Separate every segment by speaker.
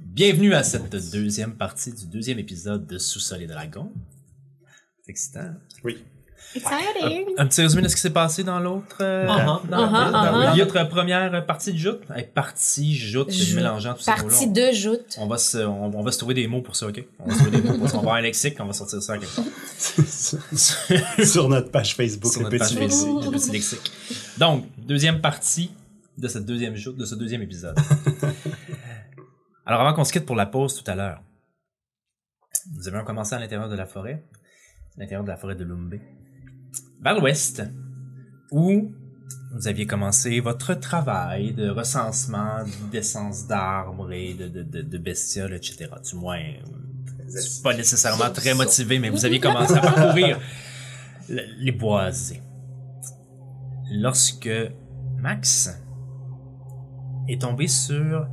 Speaker 1: Bienvenue à cette deuxième partie du deuxième épisode de Sous-sol et Dragons. C'est excitant.
Speaker 2: Oui.
Speaker 3: Exciting!
Speaker 1: Un petit résumé de ce qui s'est passé dans l'autre euh,
Speaker 2: Ah,
Speaker 1: dans,
Speaker 3: ah,
Speaker 1: dans-
Speaker 3: ah,
Speaker 1: dans
Speaker 3: ah.
Speaker 1: notre première partie de joute. Eh, partie joute, c'est
Speaker 3: Joute.
Speaker 1: mélangeant tous ces mots-là.
Speaker 3: Partie de joute.
Speaker 1: On va, se, on, on va se trouver des mots pour ça, OK? On va se trouver des mots pour ça. On va avoir un lexique, on va sortir ça à quelque part.
Speaker 2: sur notre page Facebook,
Speaker 1: Sur
Speaker 2: le
Speaker 1: notre page
Speaker 2: petit
Speaker 1: Facebook,
Speaker 2: lexique.
Speaker 1: le petit lexique. Donc, deuxième partie de cette deuxième joute, de ce deuxième épisode. Alors, avant qu'on se quitte pour la pause tout à l'heure, nous avions commencé à l'intérieur de la forêt, à l'intérieur de la forêt de Lumbé, vers l'ouest, où vous aviez commencé votre travail de recensement, d'essence d'arbres et de, de- de- de bestioles, etc. Du moins, je suis pas nécessairement très motivé, mais vous aviez commencé à parcourir le- les boisés. Lorsque Max est tombé sur...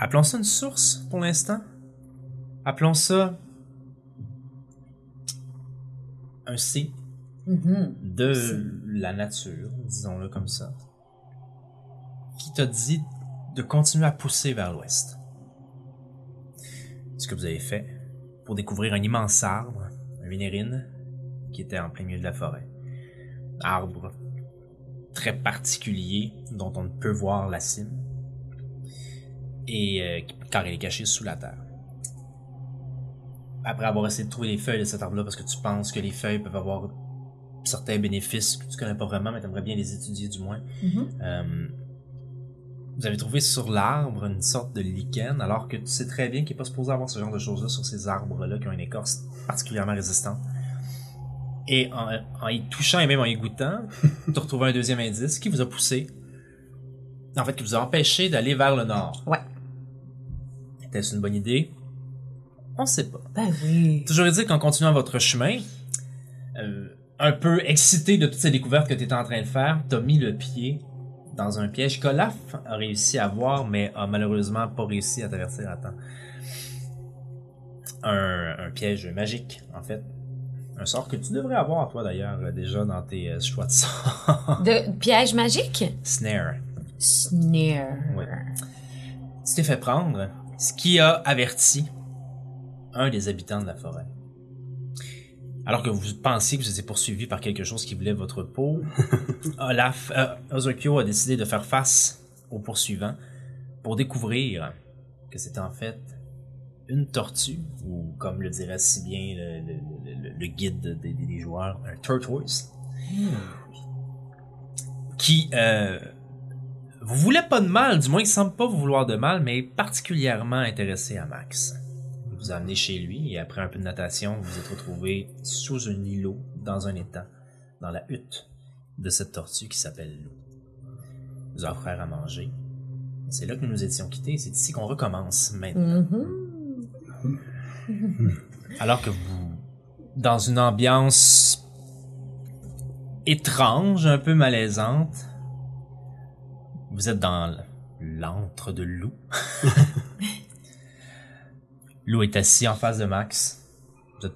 Speaker 1: Appelons ça une source pour l'instant. Appelons ça un site
Speaker 3: Mhm.
Speaker 1: de la nature, disons-le comme ça, qui t'a dit de continuer à pousser vers l'ouest. Ce que vous avez fait pour découvrir un immense arbre, un vénérine, qui était en plein milieu de la forêt. Arbre très particulier dont on ne peut voir la cime et euh, qui- car il est caché sous la terre. Après avoir essayé de trouver les feuilles de cet arbre-là, parce que tu penses que les feuilles peuvent avoir certains bénéfices que tu connais pas vraiment, mais t'aimerais bien les étudier du moins.
Speaker 3: Mhm.
Speaker 1: Euh, vous avez trouvé sur l'arbre une sorte de lichen, alors que tu sais très bien qu'il n'est pas supposé avoir ce genre de choses-là sur ces arbres-là qui ont une écorce particulièrement résistante. Et en, en y touchant et même en y goûtant, tu retrouves un deuxième indice qui vous a poussé, en fait, qui vous a empêché d'aller vers le nord.
Speaker 3: Ouais.
Speaker 1: Était-ce une bonne idée? On sait pas.
Speaker 3: Ben oui.
Speaker 1: Toujours dire qu'en continuant votre chemin, euh, un peu excité de toutes ces découvertes que tu étais en train de faire, t'as mis le pied dans un piège qu'Olaf a réussi à voir, mais a malheureusement pas réussi à traverser à temps. Un, un piège magique, en fait. Un sort que tu devrais avoir, toi d'ailleurs, euh, déjà dans tes euh, choix de sort.
Speaker 3: De piège magique?
Speaker 1: Snare.
Speaker 3: Snare.
Speaker 1: Ouais. Tu t'es fait prendre, ce qui a averti un des habitants de la forêt. Alors que vous pensiez que vous étiez poursuivi par quelque chose qui voulait votre peau, Olaf, euh, Ozokyo a décidé de faire face au poursuivant pour découvrir que c'était en fait une tortue, ou comme le dirait si bien le, le- le- le guide des, des- des joueurs, un turtles, qui euh, vous voulez pas de mal, du moins il semble pas vous vouloir de mal, mais est particulièrement intéressé à Max. Il vous a amené chez lui et après un peu de natation, vous vous êtes retrouvé sous un îlot, dans un étang, dans la hutte de cette tortue qui s'appelle Lou. Il Vous a offert à manger. C'est là que nous nous étions quittés, et c'est ici qu'on recommence maintenant.
Speaker 3: Mhm.
Speaker 1: Alors que vous, dans une ambiance étrange, un peu malaisante, vous êtes dans l'antre de Lou. Lou est assis en face de Max. Vous êtes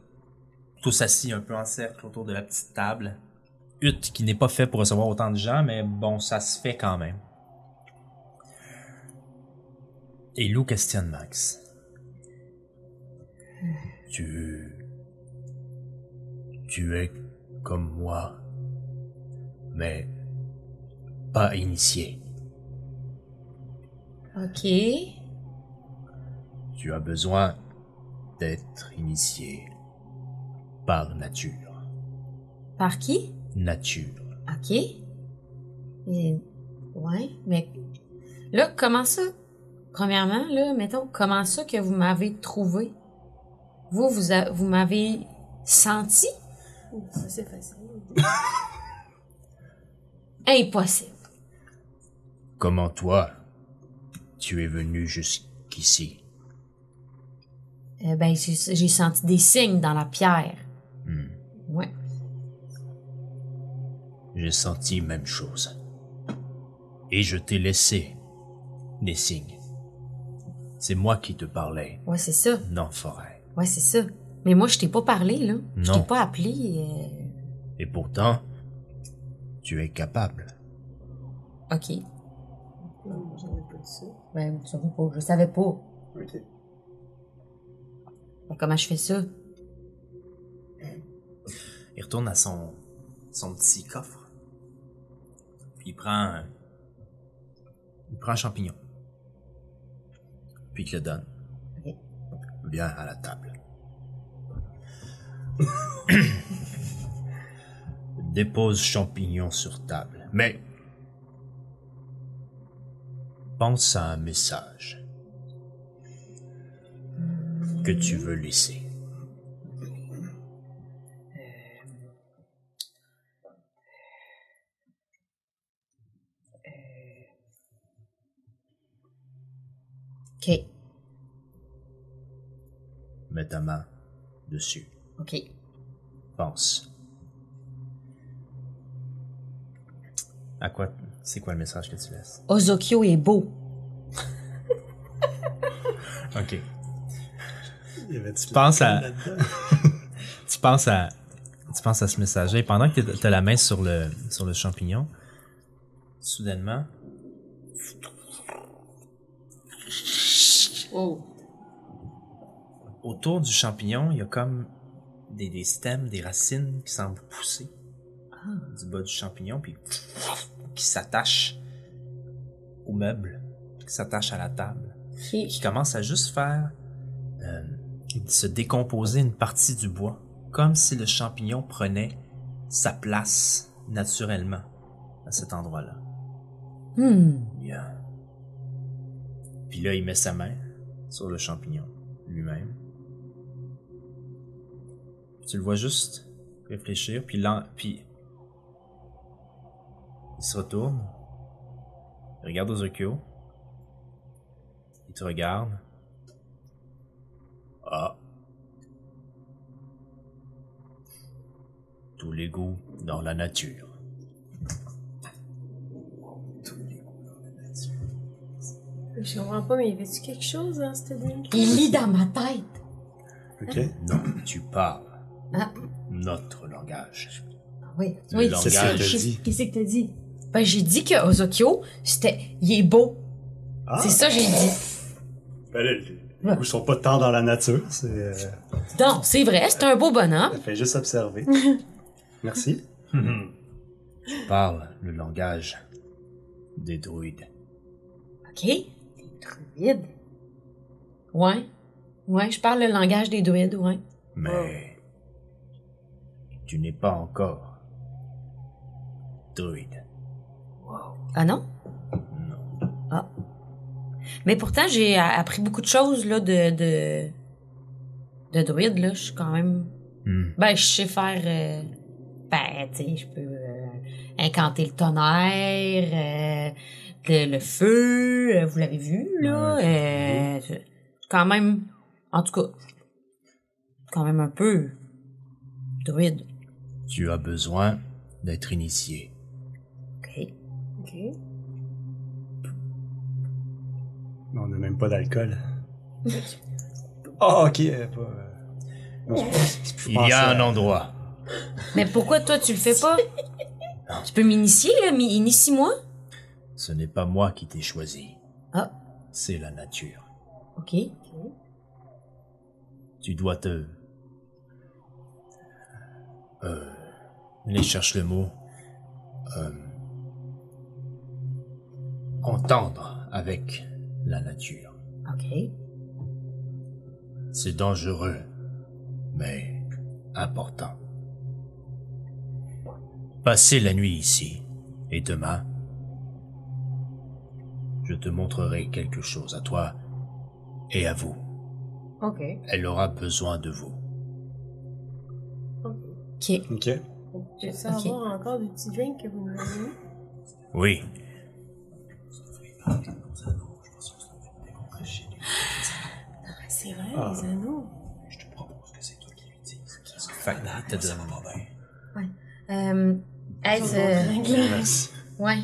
Speaker 1: tous assis un peu en cercle autour de la petite table. Hutte qui n'est pas fait pour recevoir autant de gens, mais bon, ça se fait quand même. Et Lou questionne Max. Tu. Tu es comme moi, mais pas initié.
Speaker 3: Ok.
Speaker 1: Tu as besoin d'être initié par nature.
Speaker 3: Par qui?
Speaker 1: Nature.
Speaker 3: Ok. Et- Ouais, mais là, comment ça? Premièrement, là, mettons, comment ça que vous m'avez trouvé? Vous, vous, a- vous m'avez senti?
Speaker 4: Ouh, Ça, c'est facile.
Speaker 3: Impossible.
Speaker 1: Comment toi, tu es venu jusqu'ici
Speaker 3: Euh, ben, j'ai j'ai senti des signes dans la pierre.
Speaker 1: Hmm.
Speaker 3: Ouais.
Speaker 1: J'ai senti même chose. Et je t'ai laissé des signes. C'est moi qui te parlais,
Speaker 3: Ouais, c'est ça.
Speaker 1: non forêt.
Speaker 3: Ouais, c'est ça. Mais moi, je t'ai pas parlé, là. Je
Speaker 1: Non.
Speaker 3: t'ai pas appelé. euh,
Speaker 1: Et pourtant, tu es capable.
Speaker 3: Ok.
Speaker 4: Non, j'en ai pas. dit ça?
Speaker 3: Ben, tu savais pas, je savais pas.
Speaker 4: Ok.
Speaker 3: Ben, comment je fais ça?
Speaker 1: Il retourne à son, son petit coffre. Puis il prend un, il prend un champignon. Puis il te le donne.
Speaker 3: Ok.
Speaker 1: Bien à la table. Dépose champignon sur table. Mais pense à un message que tu veux laisser.
Speaker 3: Ok,
Speaker 1: Mets ta main dessus.
Speaker 3: ok.
Speaker 1: Pense. À quoi C'est quoi le message que tu laisses
Speaker 3: Ozokyo est beau.
Speaker 1: Ok.
Speaker 2: Il y avait tu
Speaker 1: penses à- Tu penses à, tu penses à ce message-là. Et pendant que tu as la main sur le, sur le champignon, soudainement,
Speaker 4: Oh.
Speaker 1: autour du champignon, il y a comme des, des stems, des racines qui semblent pousser du bas du champignon, puis qui s'attachent au meuble, qui s'attachent à la table.
Speaker 3: Ok.
Speaker 1: qui commence à juste faire euh, se décomposer une partie du bois, comme si le champignon prenait sa place naturellement à cet endroit-là.
Speaker 3: Hmm.
Speaker 1: Yeah. Puis là, il met sa main sur le champignon lui-même. Tu le vois juste réfléchir, puis, lent- puis il se retourne, il regarde Ozokyo, il te regarde. Ah. Tous les goûts dans la nature.
Speaker 4: Je comprends pas, mais il y avait-tu quelque chose dans cette nuit?
Speaker 3: Il lit dans ma tête.
Speaker 2: Ok.
Speaker 1: Non, tu parles
Speaker 3: Ah,
Speaker 1: notre langage.
Speaker 3: oui.
Speaker 1: Le
Speaker 3: Oui,
Speaker 1: langage.
Speaker 2: C'est ce que
Speaker 1: Qu'est-ce-
Speaker 2: t'as dit.
Speaker 4: Qu'est-ce que t'as dit?
Speaker 3: Ben, j'ai dit que Ozokyo, c'était. Il est beau.
Speaker 2: Ah!
Speaker 3: C'est ça, j'ai dit.
Speaker 2: Ben là, les goûts sont pas tant dans la nature. C'est, euh, ça
Speaker 3: Non, c'est vrai, c'est un beau bonhomme.
Speaker 2: fait juste observer. Merci.
Speaker 1: parle le langage des druides.
Speaker 3: OK. Druide. Ouais. Ouais, je parle le langage des druides, ouais.
Speaker 1: Mais tu n'es pas encore druide.
Speaker 3: Ah non? Ah.
Speaker 1: Non.
Speaker 3: Mais pourtant, j'ai a- appris beaucoup de choses, là, de. de, de druide, là. Je suis quand même.
Speaker 1: Hmm.
Speaker 3: Ben, je sais faire. euh, ben, tu sais, je peux euh, incanter le tonnerre, euh, le, le feu, euh, vous l'avez vu, là. euh, je- quand même. En tout cas, quand même un peu. druide.
Speaker 1: Tu as besoin d'être initié.
Speaker 3: OK.
Speaker 4: Ok.
Speaker 2: Mais On n'a même pas d'alcool. Ah, ok. euh, pas, euh, non, je pense- je
Speaker 1: Il
Speaker 2: pense,
Speaker 1: y a un
Speaker 2: euh,
Speaker 1: endroit.
Speaker 3: Mais pourquoi toi, tu le fais pas? tu peux m'initier, là. mi- Initie-moi.
Speaker 1: Ce n'est pas moi qui t'ai choisi.
Speaker 3: Ah.
Speaker 1: C'est la nature.
Speaker 3: OK.
Speaker 1: Tu dois te... Euh... Allez, cherche le mot. Euh... Entendre avec la nature.
Speaker 3: OK.
Speaker 1: C'est dangereux, mais important. Passez la nuit ici, et demain, je te montrerai quelque chose à toi et à vous.
Speaker 4: Ok.
Speaker 1: Elle aura besoin de vous.
Speaker 3: OK.
Speaker 2: Ok.
Speaker 4: Je vais
Speaker 3: Ok.
Speaker 4: avoir encore du petit drink que vous me donnez.
Speaker 1: Oui,
Speaker 4: Ah, C'est vrai,
Speaker 2: Ah.
Speaker 4: les anneaux.
Speaker 3: Euh, hey,
Speaker 4: Ils
Speaker 3: euh,
Speaker 4: sont bons.
Speaker 2: Merci.
Speaker 3: ouais.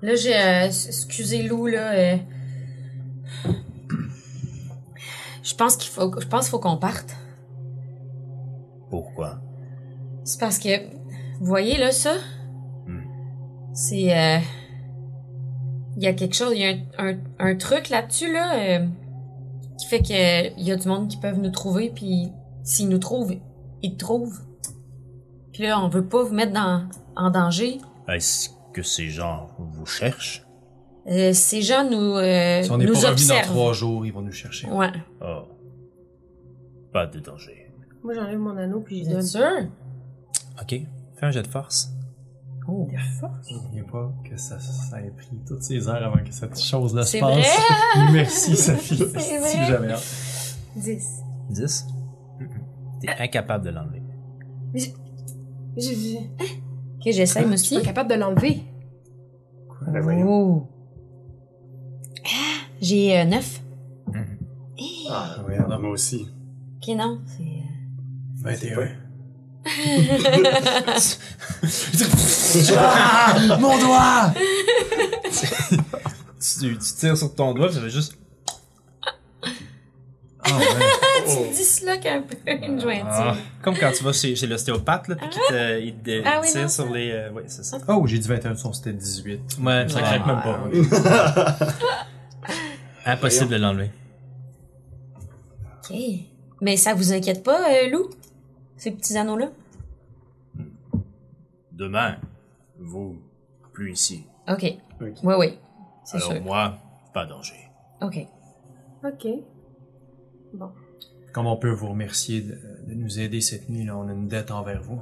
Speaker 3: Là, j'ai... euh, s- excusez Lou, là. euh, Je pense qu'il faut, je pense qu'il faut qu'on parte.
Speaker 1: pourquoi
Speaker 3: C'est parce que, vous voyez là ça,
Speaker 1: Hmm.
Speaker 3: c'est, euh, Il y a quelque chose, il y a un, un- un truc là-dessus, là, euh, qui fait que il y a du monde qui peuvent nous trouver, puis s'ils nous trouvent, ils te trouvent. Puis là, on veut pas vous mettre dans, en danger.
Speaker 1: Est-ce que ces gens vous cherchent
Speaker 3: Euh, ces gens nous, euh,
Speaker 5: Si on n'est
Speaker 3: nous
Speaker 5: pas revenu dans
Speaker 3: observent.
Speaker 5: trois jours, ils vont nous chercher.
Speaker 3: Ouais.
Speaker 1: Oh. Pas de danger.
Speaker 4: Moi, j'enlève mon anneau puis
Speaker 3: Vous
Speaker 4: je
Speaker 3: êtes
Speaker 4: donne.
Speaker 3: sûr?
Speaker 1: Ok, fais un jet de force.
Speaker 3: Oh.
Speaker 5: N'oubliez pas que ça, ça a pris toutes ces heures avant que cette chose-là se
Speaker 3: C'est
Speaker 5: passe. Merci, Sophie.
Speaker 3: C'est vrai.
Speaker 5: Si j'avais hâte.
Speaker 4: 10.
Speaker 1: 10. T'es incapable de l'enlever.
Speaker 4: J'ai- j'ai-
Speaker 3: Ok, j'essaye,
Speaker 4: Je
Speaker 3: aussi.
Speaker 4: suis pas capable de l'enlever.
Speaker 2: Ben voyons.
Speaker 3: Oh. Ah, j'ai 9.
Speaker 2: Ah, regarde, moi aussi.
Speaker 3: Ok, non. c'est-
Speaker 5: 21.
Speaker 1: Ah!
Speaker 2: Mon doigt!
Speaker 1: Tu, tu tires sur ton doigt, ça fait juste.
Speaker 5: Ah, ouais.
Speaker 3: Tu
Speaker 2: Oh,
Speaker 3: disloques un peu une jointure.
Speaker 1: Ah, comme quand tu vas chez, chez l'ostéopathe, là, puis qu'il te, il te- il
Speaker 3: Ah oui,
Speaker 1: tire
Speaker 3: non,
Speaker 1: sur
Speaker 3: ça.
Speaker 1: les. euh, ouais, c'est ça.
Speaker 5: Oh, j'ai dit 21, son c'était 18.
Speaker 1: Ouais, ça
Speaker 5: Ah,
Speaker 1: craque même pas.
Speaker 5: ouais.
Speaker 1: Impossible de l'enlever.
Speaker 3: Ok. Mais ça vous inquiète pas, euh, Lou? Ces petits anneaux-là?
Speaker 1: Demain, vous, plus ici.
Speaker 3: Ok.
Speaker 2: Ok.
Speaker 3: Oui, oui. C'est sûr.
Speaker 1: moi, pas danger.
Speaker 3: Ok.
Speaker 4: Ok.
Speaker 5: Comme on peut vous remercier de, de nous aider cette nuit, là, on a une dette envers vous.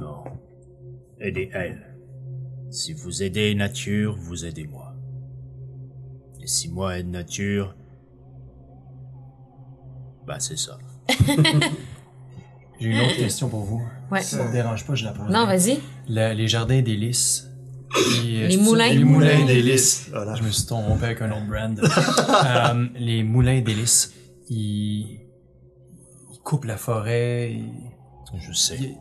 Speaker 1: Non. Aidez elle. Si vous aidez nature, vous aidez moi. Et si moi aide nature, bah c'est ça.
Speaker 5: J'ai une autre question pour vous.
Speaker 3: Ouais.
Speaker 5: Si ça ne dérange pas, je la pose.
Speaker 3: Non, vas-y.
Speaker 5: La- les jardins d'hélice. Les,
Speaker 3: Les moulins.
Speaker 5: Les moulins d'hélice.
Speaker 2: Voilà.
Speaker 5: Je me suis trompé avec un autre brand. Euh, les moulins d'hélice, ils... ils coupent la forêt. ils-
Speaker 1: Je sais.
Speaker 5: ils-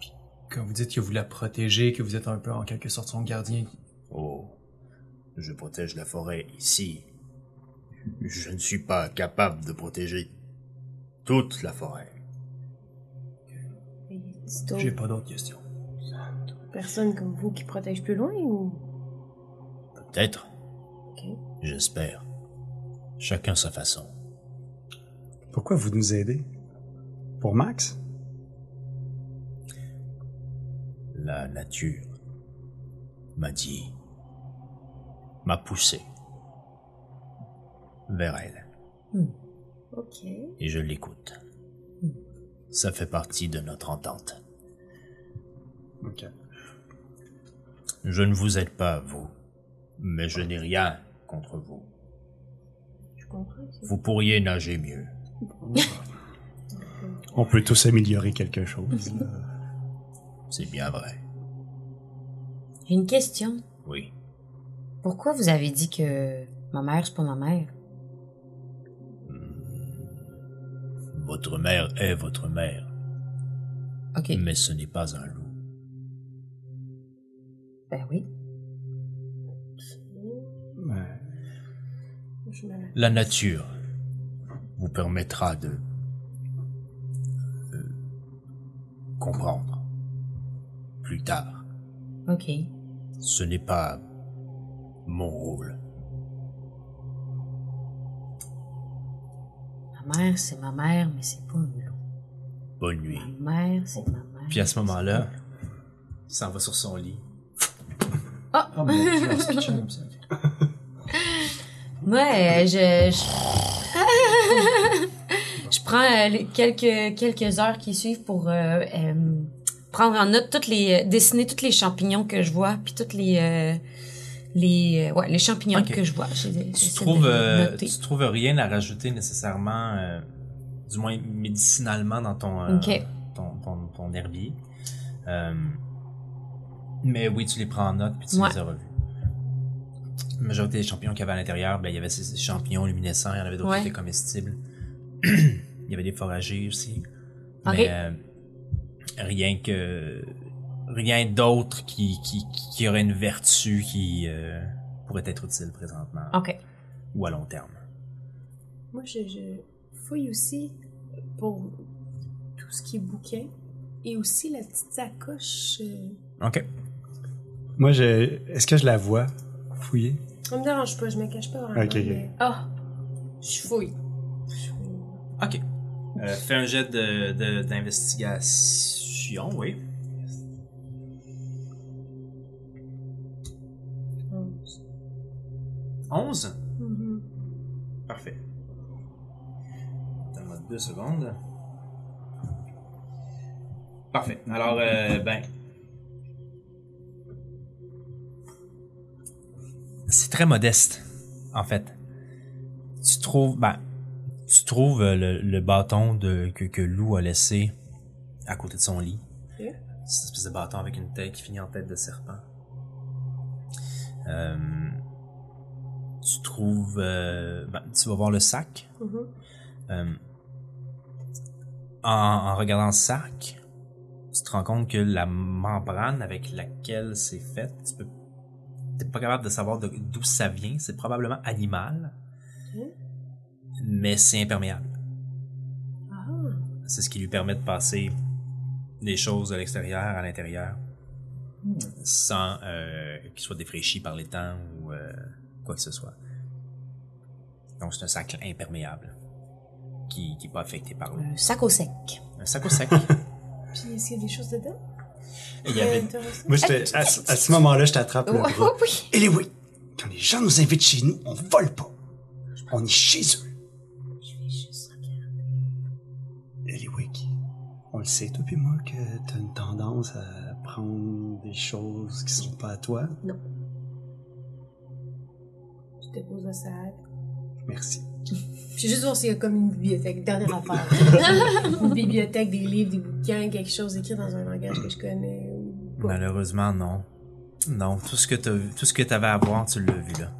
Speaker 5: Puis, Quand vous dites que vous la protégez, que vous êtes un peu en quelque sorte son gardien,
Speaker 1: Oh. Je protège la forêt ici. Je ne suis pas capable de protéger toute la forêt.
Speaker 4: Et dites-donc,
Speaker 3: Oh.
Speaker 5: j'ai pas d'autres questions.
Speaker 4: Personne comme vous qui protège plus loin ou.
Speaker 1: Peut-être.
Speaker 4: Ok.
Speaker 1: J'espère. Chacun sa façon.
Speaker 2: Pourquoi vous nous aidez? Pour Max?
Speaker 1: La nature m'a dit, m'a poussé vers elle
Speaker 4: Ok.
Speaker 1: et je l'écoute. Ça fait partie de notre entente.
Speaker 2: Ok.
Speaker 1: Je ne vous aide pas, vous, mais je n'ai rien contre vous.
Speaker 4: Je comprends.
Speaker 1: Vous pourriez nager mieux.
Speaker 2: On peut tous améliorer quelque chose. là.
Speaker 1: C'est bien vrai.
Speaker 3: J'ai une question.
Speaker 1: Oui.
Speaker 3: Pourquoi vous avez dit que ma mère, c'est pas ma mère?
Speaker 1: Hmm. Votre mère est votre mère,
Speaker 3: Ok.
Speaker 1: mais ce n'est pas un loup.
Speaker 3: Ben oui.
Speaker 2: Ouais.
Speaker 4: Je me lève.
Speaker 1: La nature vous permettra de euh, comprendre plus tard.
Speaker 3: Ok.
Speaker 1: Ce n'est pas mon rôle.
Speaker 3: Ma mère, c'est ma mère, mais c'est pas une loup.
Speaker 1: Bonne nuit.
Speaker 3: Ma mère, c'est ma mère.
Speaker 1: Puis à ce moment-là, il s'en va sur son lit.
Speaker 3: Ah!
Speaker 5: Oh, mon Dieu, c'est chiant comme ça.
Speaker 3: Moi, euh, je. Je, je prends euh, les quelques, quelques heures qui suivent pour euh, euh, prendre en note toutes les. euh, dessiner tous les champignons que je vois, puis toutes les. euh, les, euh, ouais, les champignons
Speaker 1: Ok.
Speaker 3: que je vois. J'ai-
Speaker 1: Tu
Speaker 3: j'essaie
Speaker 1: trouves,
Speaker 3: de
Speaker 1: euh,
Speaker 3: noter.
Speaker 1: tu trouves rien à rajouter nécessairement, euh, du moins médicinalement dans ton, euh,
Speaker 3: Ok.
Speaker 1: ton, ton, ton herbier. Euh, mais oui, tu les prends en note puis tu
Speaker 3: Ouais.
Speaker 1: les as revus. La majorité des champignons qu'il y avait à l'intérieur, ben, il y avait ces ces champignons luminescents, il y en avait d'autres
Speaker 3: Ouais.
Speaker 1: qui étaient comestibles. il y avait des foragers aussi.
Speaker 3: Ah, Ok.
Speaker 1: Mais euh, rien que. Rien d'autre qui, qui, qui aurait une vertu qui euh, pourrait être utile présentement
Speaker 3: Ok.
Speaker 1: ou à long terme.
Speaker 4: Moi, je, je fouille aussi pour tout ce qui est bouquin et aussi la petite sacoche. euh,
Speaker 1: Ok.
Speaker 2: Moi, je... est-ce que je la vois fouiller?
Speaker 4: Ça me dérange pas, je me cache pas vraiment.
Speaker 2: Ok, ok.
Speaker 4: mais-
Speaker 3: Ah! je fouille.
Speaker 1: Ok. Euh, fais un jet de- de- d'investigation, de, oui.
Speaker 4: Onze.
Speaker 1: 11
Speaker 4: Mhm.
Speaker 1: Parfait. Donne-moi deux secondes. Parfait. Alors, euh, ben. C'est très modeste, en fait. Tu trouves, ben, tu trouves euh, le, le bâton de, que, que Lou a laissé à côté de son lit.
Speaker 4: Ok.
Speaker 1: C'est une espèce de bâton avec une tête qui finit en tête de serpent. Euh, tu trouves, euh, ben, tu vas voir le sac.
Speaker 4: Mhm.
Speaker 1: Euh, en, en regardant le sac, tu te rends compte que la membrane avec laquelle c'est fait, tu peux, t'es pas capable de savoir de- d'où ça vient. C'est probablement animal,
Speaker 4: Ok.
Speaker 1: mais c'est imperméable.
Speaker 4: Ah,
Speaker 1: C'est ce qui lui permet de passer des choses de l'extérieur à l'intérieur sans euh, qu'il soit défraîchi par les temps ou euh, quoi que ce soit. Donc c'est un sac imperméable qui n'est pas affecté par l'eau.
Speaker 3: Un sac au sec.
Speaker 1: Un sac au sec.
Speaker 4: puis est-ce qu'il y a des choses dedans?
Speaker 1: Il y avait...
Speaker 4: Intéressant.
Speaker 2: Moi, j'étais- à, ce- à ce moment-là, je t'attrape le
Speaker 3: Oui,
Speaker 2: bras.
Speaker 3: Oh, oui.
Speaker 2: Et les oui, quand les gens nous invitent chez nous, on vole pas. On est chez eux.
Speaker 3: Je vais juste regarder.
Speaker 2: Eliwick, on le sait, toi puis moi, que t'as une tendance à prendre des choses qui sont pas à toi.
Speaker 4: Je dépose le sac.
Speaker 2: Merci.
Speaker 4: Je vais juste voir s'il y a comme une bibliothèque. Dernière affaire. une bibliothèque, des livres, des bouquins, quelque chose écrit dans un langage que je connais. ou pas.
Speaker 1: Malheureusement, non. Non, tout ce que t'as vu- tout ce que t'avais à voir, tu l'as vu là.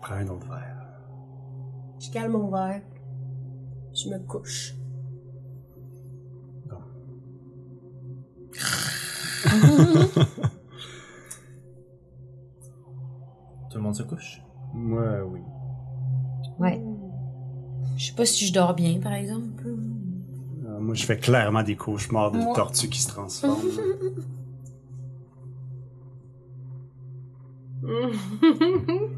Speaker 2: Prends un autre verre.
Speaker 4: Je calme mon verre. Je me couche.
Speaker 1: Tout le monde se couche.
Speaker 2: Moi, oui.
Speaker 3: Ouais. Je sais pas si je dors bien, par exemple.
Speaker 2: Euh, moi, je fais clairement des cauchemars de
Speaker 3: Moi.
Speaker 2: tortues qui se transforment. là.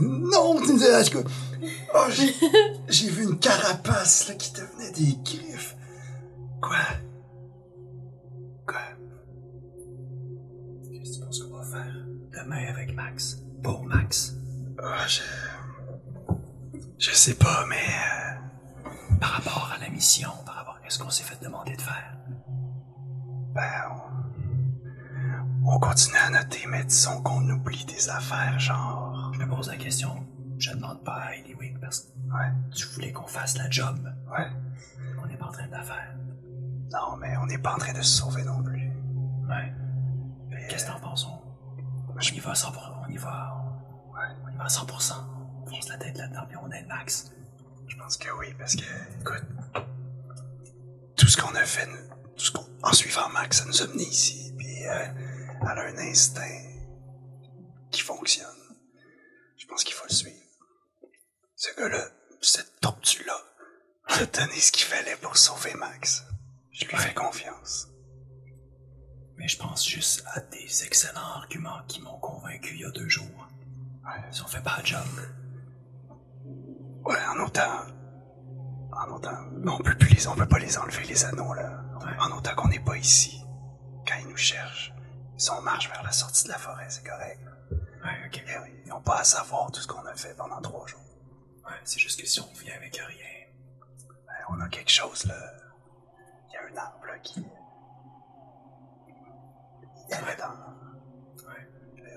Speaker 2: non, tu me disais, je- oh, j'ai- j'ai vu une carapace là, qui devenait des griffes. Quoi? Quoi?
Speaker 1: Qu'est-ce que tu penses qu'on va faire demain avec Max? Pour Max.
Speaker 2: Ah, je... je sais pas, mais euh,
Speaker 1: Par rapport à la mission, par rapport à ce qu'on s'est fait demander de faire.
Speaker 2: ben, on continue à noter, mais disons qu'on oublie des affaires, genre.
Speaker 6: Je me pose la question. Je demande pas à Eliwick parce que
Speaker 2: Ouais.
Speaker 6: tu voulais qu'on fasse la job.
Speaker 2: Ouais.
Speaker 6: On n'est pas en train de la faire.
Speaker 2: Non, mais on n'est pas en train de se sauver non plus.
Speaker 6: Ouais. Qu'est-ce que t'en penses? On, on y va à 100%. On y va. on- On y va à 100%. On fonce la tête là-dedans puis on aide Max.
Speaker 2: Je pense que oui, parce que, écoute, tout ce qu'on a fait, nous- tout ce qu'on, en suivant Max, ça nous a menés ici. Puis euh, elle a un instinct qui fonctionne. Je pense qu'il faut le suivre. Ce gars-là, cette tortue-là, il a donné ce qu'il fallait pour sauver Max. Je lui fais confiance.
Speaker 6: Mais je pense juste à des excellents arguments qui m'ont convaincu il y a deux jours. Si on fait pas la job,
Speaker 2: Ouais, en autant. En autant. mais On peut plus les. On peut pas les enlever, les anneaux, là. En autant qu'on n'est pas ici. Quand ils nous cherchent. Si on marche vers la sortie de la forêt, c'est correct.
Speaker 6: ouais, ok.
Speaker 2: Eh oui, Ils n'ont pas à savoir tout ce qu'on a fait pendant trois jours.
Speaker 6: Ouais, c'est juste que si on vient avec rien,
Speaker 2: Eh, on a quelque chose, là. Il y a un arbre, là, qui. Il y a dedans. Euh,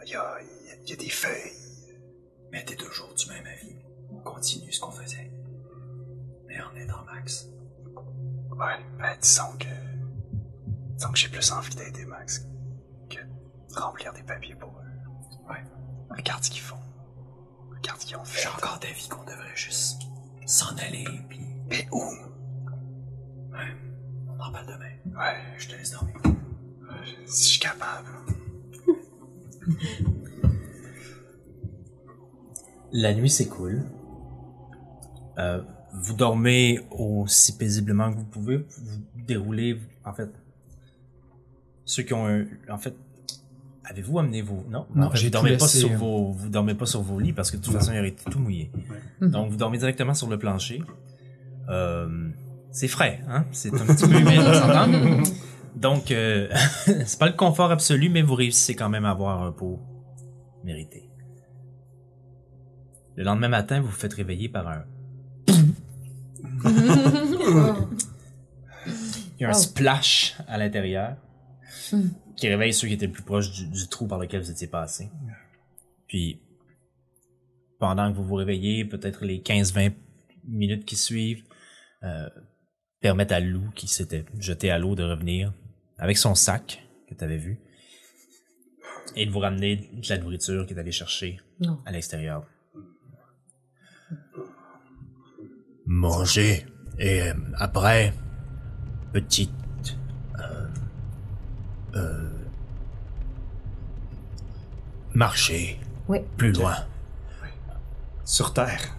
Speaker 2: Il y a, il y a- il y a des feuilles.
Speaker 6: mais t'es toujours du même avis. On continue ce qu'on faisait. Mais en aidant Max.
Speaker 2: Ouais, ben disons que. Disons que j'ai plus envie d'aider Max que de remplir des papiers pour eux.
Speaker 6: Ouais.
Speaker 2: Regarde ce qu'ils font. Regarde ce qu'ils ont fait.
Speaker 6: J'ai encore d'avis qu'on devrait juste s'en aller, puis
Speaker 2: Mais où
Speaker 6: on en parle demain.
Speaker 2: Ouais,
Speaker 6: Je te laisse dormir.
Speaker 2: si je suis capable.
Speaker 1: La nuit s'écoule. Euh, vous dormez aussi paisiblement que vous pouvez. Vous déroulez, en fait. Ceux qui ont un, en fait, avez-vous amené vos, non?
Speaker 5: Non,
Speaker 1: en fait,
Speaker 5: j'ai
Speaker 1: vous dormez
Speaker 5: tout
Speaker 1: pas
Speaker 5: laissé,
Speaker 1: sur
Speaker 5: hein.
Speaker 1: vos, vous dormez pas sur vos lits parce que de toute façon, il aurait été tout mouillé.
Speaker 3: Mhm.
Speaker 1: Donc, vous dormez directement sur le plancher. Euh, c'est frais, hein? C'est un petit peu humide, on s'entend? Donc, euh, c'est pas le confort absolu, mais vous réussissez quand même à avoir euh, un pot mérité. Le lendemain matin, vous vous faites réveiller par un Il y a un
Speaker 3: Oh.
Speaker 1: splash à l'intérieur
Speaker 3: Hmm.
Speaker 1: qui réveille ceux qui étaient le plus proches du, du trou par lequel vous étiez passé. Puis, pendant que vous vous réveillez, peut-être les 15-20 minutes qui suivent euh, permettent à Lou, qui s'était jeté à l'eau, de revenir avec son sac que tu avais vu et de vous ramener de la nourriture qu'il est allé chercher
Speaker 3: Non.
Speaker 1: à l'extérieur. Manger et euh, après petite euh, euh, marcher
Speaker 3: Oui.
Speaker 1: plus loin.
Speaker 2: Sur Terre.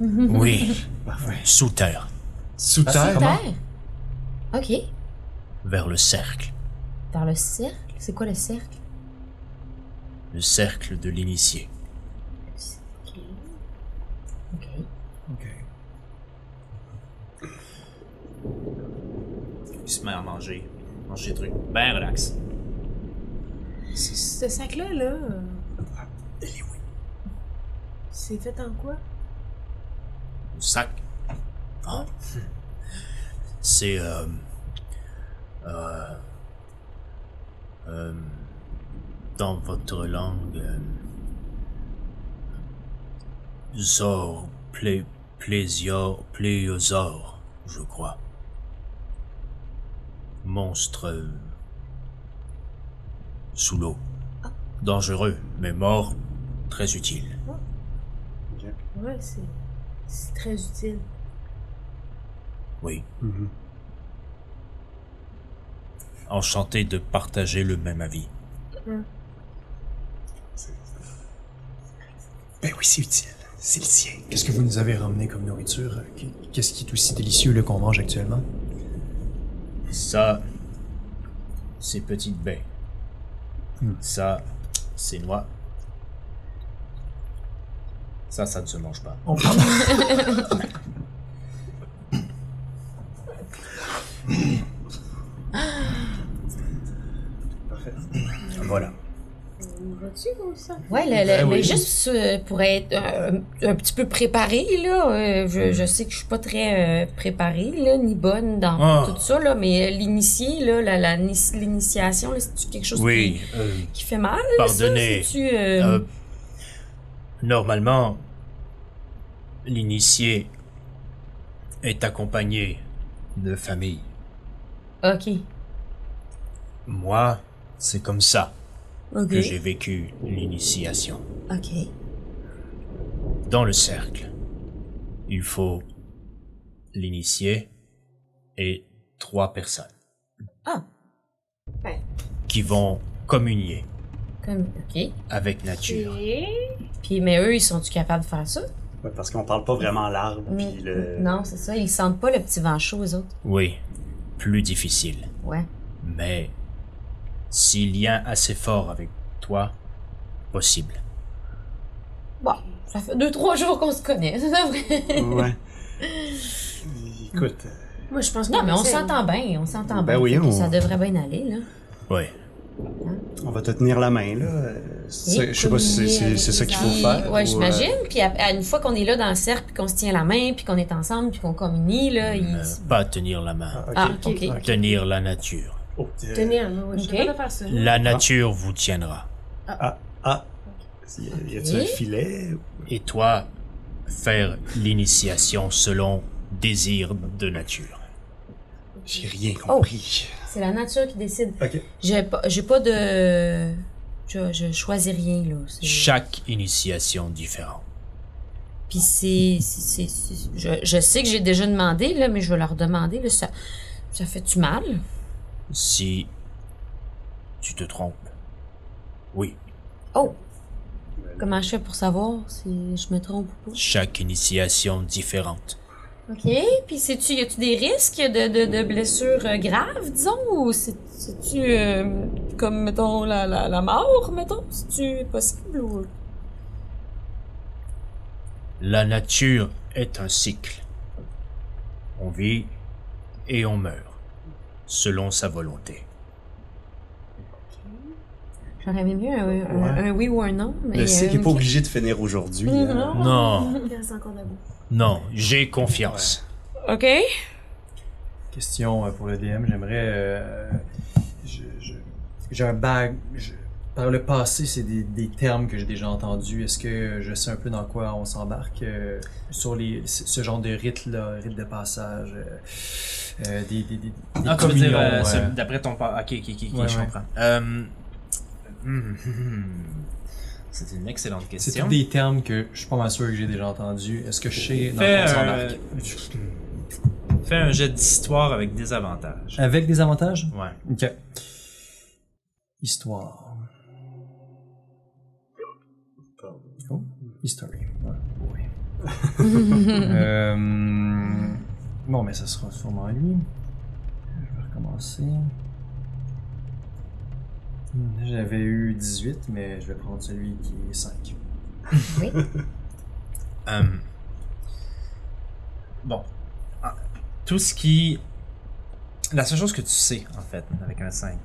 Speaker 1: Oui,
Speaker 2: Parfait.
Speaker 1: sous terre,
Speaker 2: Sous
Speaker 5: Ah,
Speaker 2: Terre?
Speaker 3: Terre? Ok.
Speaker 1: vers le cercle,
Speaker 3: Dans le cercle? C'est quoi le cercle?
Speaker 1: le cercle de l'initié.
Speaker 3: Ok. Ok.
Speaker 1: Il se met à manger, manger des trucs, ben relax.
Speaker 4: Ce, ce sac-là, là. euh,
Speaker 1: Ah,
Speaker 4: C'est fait en quoi?
Speaker 1: Le sac. Ah. C'est euh, euh, euh, dans votre langue euh, Zor plé, plésior, pléosaure, je crois. Monstre euh, sous l'eau. Dangereux, mais mort, très utile.
Speaker 4: Ouais, c'est. C'est très utile.
Speaker 1: Oui. Enchanté de partager le même avis.
Speaker 2: Ben oui, c'est utile. C'est le sien.
Speaker 5: Qu'est-ce que vous nous avez ramené comme nourriture? Qu'est-ce qui est aussi délicieux là, qu'on mange actuellement?
Speaker 1: Ça, c'est petite baie.
Speaker 5: Hmm.
Speaker 1: Ça, c'est noix. Ça, ça ne se mange pas. voilà.
Speaker 4: On va-tu comme ça?
Speaker 1: Euh,
Speaker 3: Ouais, le,
Speaker 1: Ben
Speaker 3: le- mais juste euh, pour être euh, un, un petit peu préparée, là, euh, je, je sais que je suis pas très euh, préparée, là, ni bonne dans
Speaker 1: Ah.
Speaker 3: tout ça, là, mais euh, l'initié, là, la, la- l'initiation, là, c'est-tu quelque chose
Speaker 1: Oui, euh,
Speaker 3: qui, qui fait mal?
Speaker 1: pardonnez.
Speaker 3: Tu, euh,
Speaker 1: Euh, normalement, l'initié est accompagné de famille.
Speaker 3: euh, OK.
Speaker 1: Moi, c'est comme ça
Speaker 3: OK.
Speaker 1: que j'ai vécu l'initiation.
Speaker 3: OK.
Speaker 1: Dans le cercle, il faut l'initié et trois personnes.
Speaker 3: Ah. Ouais.
Speaker 1: Qui vont communier
Speaker 3: Comme, OK.
Speaker 1: avec nature.
Speaker 3: Puis, mais eux, ils sont-tu capables de faire ça?
Speaker 2: Ouais, parce qu'on parle pas vraiment l'arbre,
Speaker 3: Mm.
Speaker 2: puis le...
Speaker 3: Non, c'est ça. Ils sentent pas le petit vent chaud, eux autres.
Speaker 1: Oui, plus difficile.
Speaker 3: Ouais.
Speaker 1: Mais si lien assez fort avec toi, possible.
Speaker 3: Bon, ça fait deux, trois jours qu'on se connaît, c'est vrai.
Speaker 2: Ouais. Écoute, euh,
Speaker 4: Moi, je pense hein. que.
Speaker 3: Non, mais on
Speaker 4: c'est-
Speaker 3: s'entend bien, on s'entend
Speaker 2: Ben
Speaker 3: bien.
Speaker 2: oui,
Speaker 3: Fait que
Speaker 2: on-
Speaker 3: Ça devrait bien aller, là.
Speaker 1: Oui.
Speaker 2: on va te tenir la main, là. Euh, c'est- Je sais pas si c'est- c'est c'est ça qu'il faut
Speaker 3: Puis,
Speaker 2: faire. ou, euh,
Speaker 3: ouais, j'imagine. Puis à- à une fois qu'on est là dans le cercle, puis qu'on se tient la main, puis qu'on est ensemble, puis qu'on communie, là, il...
Speaker 2: Euh.
Speaker 1: Ne pas tenir la main.
Speaker 2: Ah,
Speaker 3: Ah,
Speaker 2: ok.
Speaker 3: OK.
Speaker 4: Ok.
Speaker 1: Tenir la nature.
Speaker 2: Oh, euh,
Speaker 4: Tenir, hein, moi, ouais, je
Speaker 3: Ok.
Speaker 4: suis capable de faire ça.
Speaker 1: La nature vous tiendra.
Speaker 2: Ah, ah. Y a- Y a-t-il
Speaker 3: Ok.
Speaker 2: un filet?
Speaker 1: Et toi, faire l'initiation selon désir de nature.
Speaker 2: J'ai rien
Speaker 3: Oh.
Speaker 2: compris.
Speaker 3: C'est la nature qui décide.
Speaker 2: Ok.
Speaker 3: J'ai pas, j'ai pas de... Je, je choisis rien, là. C'est-
Speaker 1: Chaque initiation différente.
Speaker 3: Puis c'est... c'est- c'est- c'est- Je, je sais que j'ai déjà demandé, là, mais je vais leur demander, là, ça... Ça fait-tu mal?
Speaker 1: Si tu te trompes, oui,
Speaker 3: Oh! Comment je fais pour savoir si je me trompe ou pas?
Speaker 1: chaque initiation différente.
Speaker 3: OK. Puis, sais-tu, y a-tu des risques de, de, de blessures euh, graves, disons? Ou c'est- c'est-tu euh, comme, mettons, la, la, la mort, mettons? C'est-tu possible ou.
Speaker 1: La nature est un cycle. On vit et on meurt, selon sa volonté.
Speaker 3: J'aurais aimé mieux un, un- un oui ou un non. Mais,
Speaker 2: Le cycle
Speaker 3: euh,
Speaker 2: n'est pas
Speaker 3: ok.
Speaker 2: obligé de finir aujourd'hui. hein.
Speaker 3: Non.
Speaker 1: Non,
Speaker 4: Il reste encore debout.
Speaker 1: non, j'ai confiance.
Speaker 3: OK.
Speaker 5: Question euh, pour le DM, j'aimerais. euh, je- je- j'ai un bag. je- par le passé, c'est des, des termes que j'ai déjà entendus. Est-ce que je sais un peu dans quoi on s'embarque euh, sur les, ce ce genre de rite-là, rite de passage euh, euh, Des, des, des, des
Speaker 1: Ah, tu veux dire,
Speaker 5: communions,
Speaker 1: euh,
Speaker 5: euh,
Speaker 1: ce- d'après ton... pa- Ok, ok, ok, ok,
Speaker 5: Ouais,
Speaker 1: je
Speaker 5: ouais.
Speaker 1: comprends. Euh, hum, hum, C'est une excellente
Speaker 5: C'est
Speaker 1: question.
Speaker 5: tous des termes que je suis pas mal sûr que j'ai déjà entendus. Est-ce que je sais
Speaker 1: Fais
Speaker 5: dans quoi on
Speaker 1: un... euh,
Speaker 5: s'embarque
Speaker 1: Fais un jet d'histoire avec des avantages.
Speaker 5: Avec des avantages
Speaker 1: Ouais.
Speaker 5: Ok. Histoire. Oh, history. voilà. Euh, bon, mais ça sera sûrement lui. Je vais recommencer. Hmm, J'avais eu 18, mais je vais prendre celui qui est 5.
Speaker 1: Hum. bon. Ah, Tout ce qui. La seule chose que tu sais, en fait, avec un 5,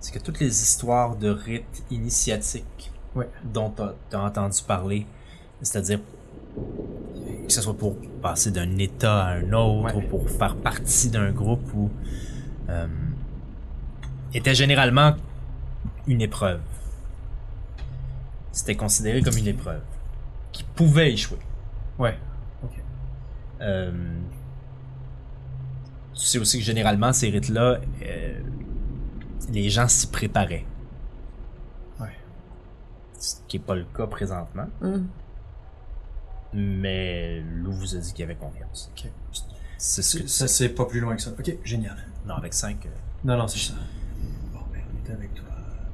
Speaker 1: c'est que toutes les histoires de rites initiatiques
Speaker 5: Ouais.
Speaker 1: dont tu as entendu parler, c'est-à-dire que ce soit pour passer d'un état à un autre,
Speaker 5: Ouais.
Speaker 1: ou pour faire partie d'un groupe, ou. euh, était généralement une épreuve. C'était considéré comme une épreuve qui pouvait échouer.
Speaker 5: Ouais.
Speaker 1: Euh, tu sais aussi que généralement, ces rites-là, euh, les gens s'y préparaient.
Speaker 5: Ouais.
Speaker 1: Ce qui n'est pas le cas présentement,
Speaker 3: Hum.
Speaker 1: mais Lou vous a dit qu'il y avait confiance.
Speaker 5: Ok.
Speaker 1: C'est ce que tu
Speaker 5: Ça,
Speaker 1: sais.
Speaker 5: c'est pas plus loin que ça. Ok, génial.
Speaker 1: Non, avec 5.
Speaker 5: Non, non, c'est ça.
Speaker 6: Bon, ben, on est avec toi,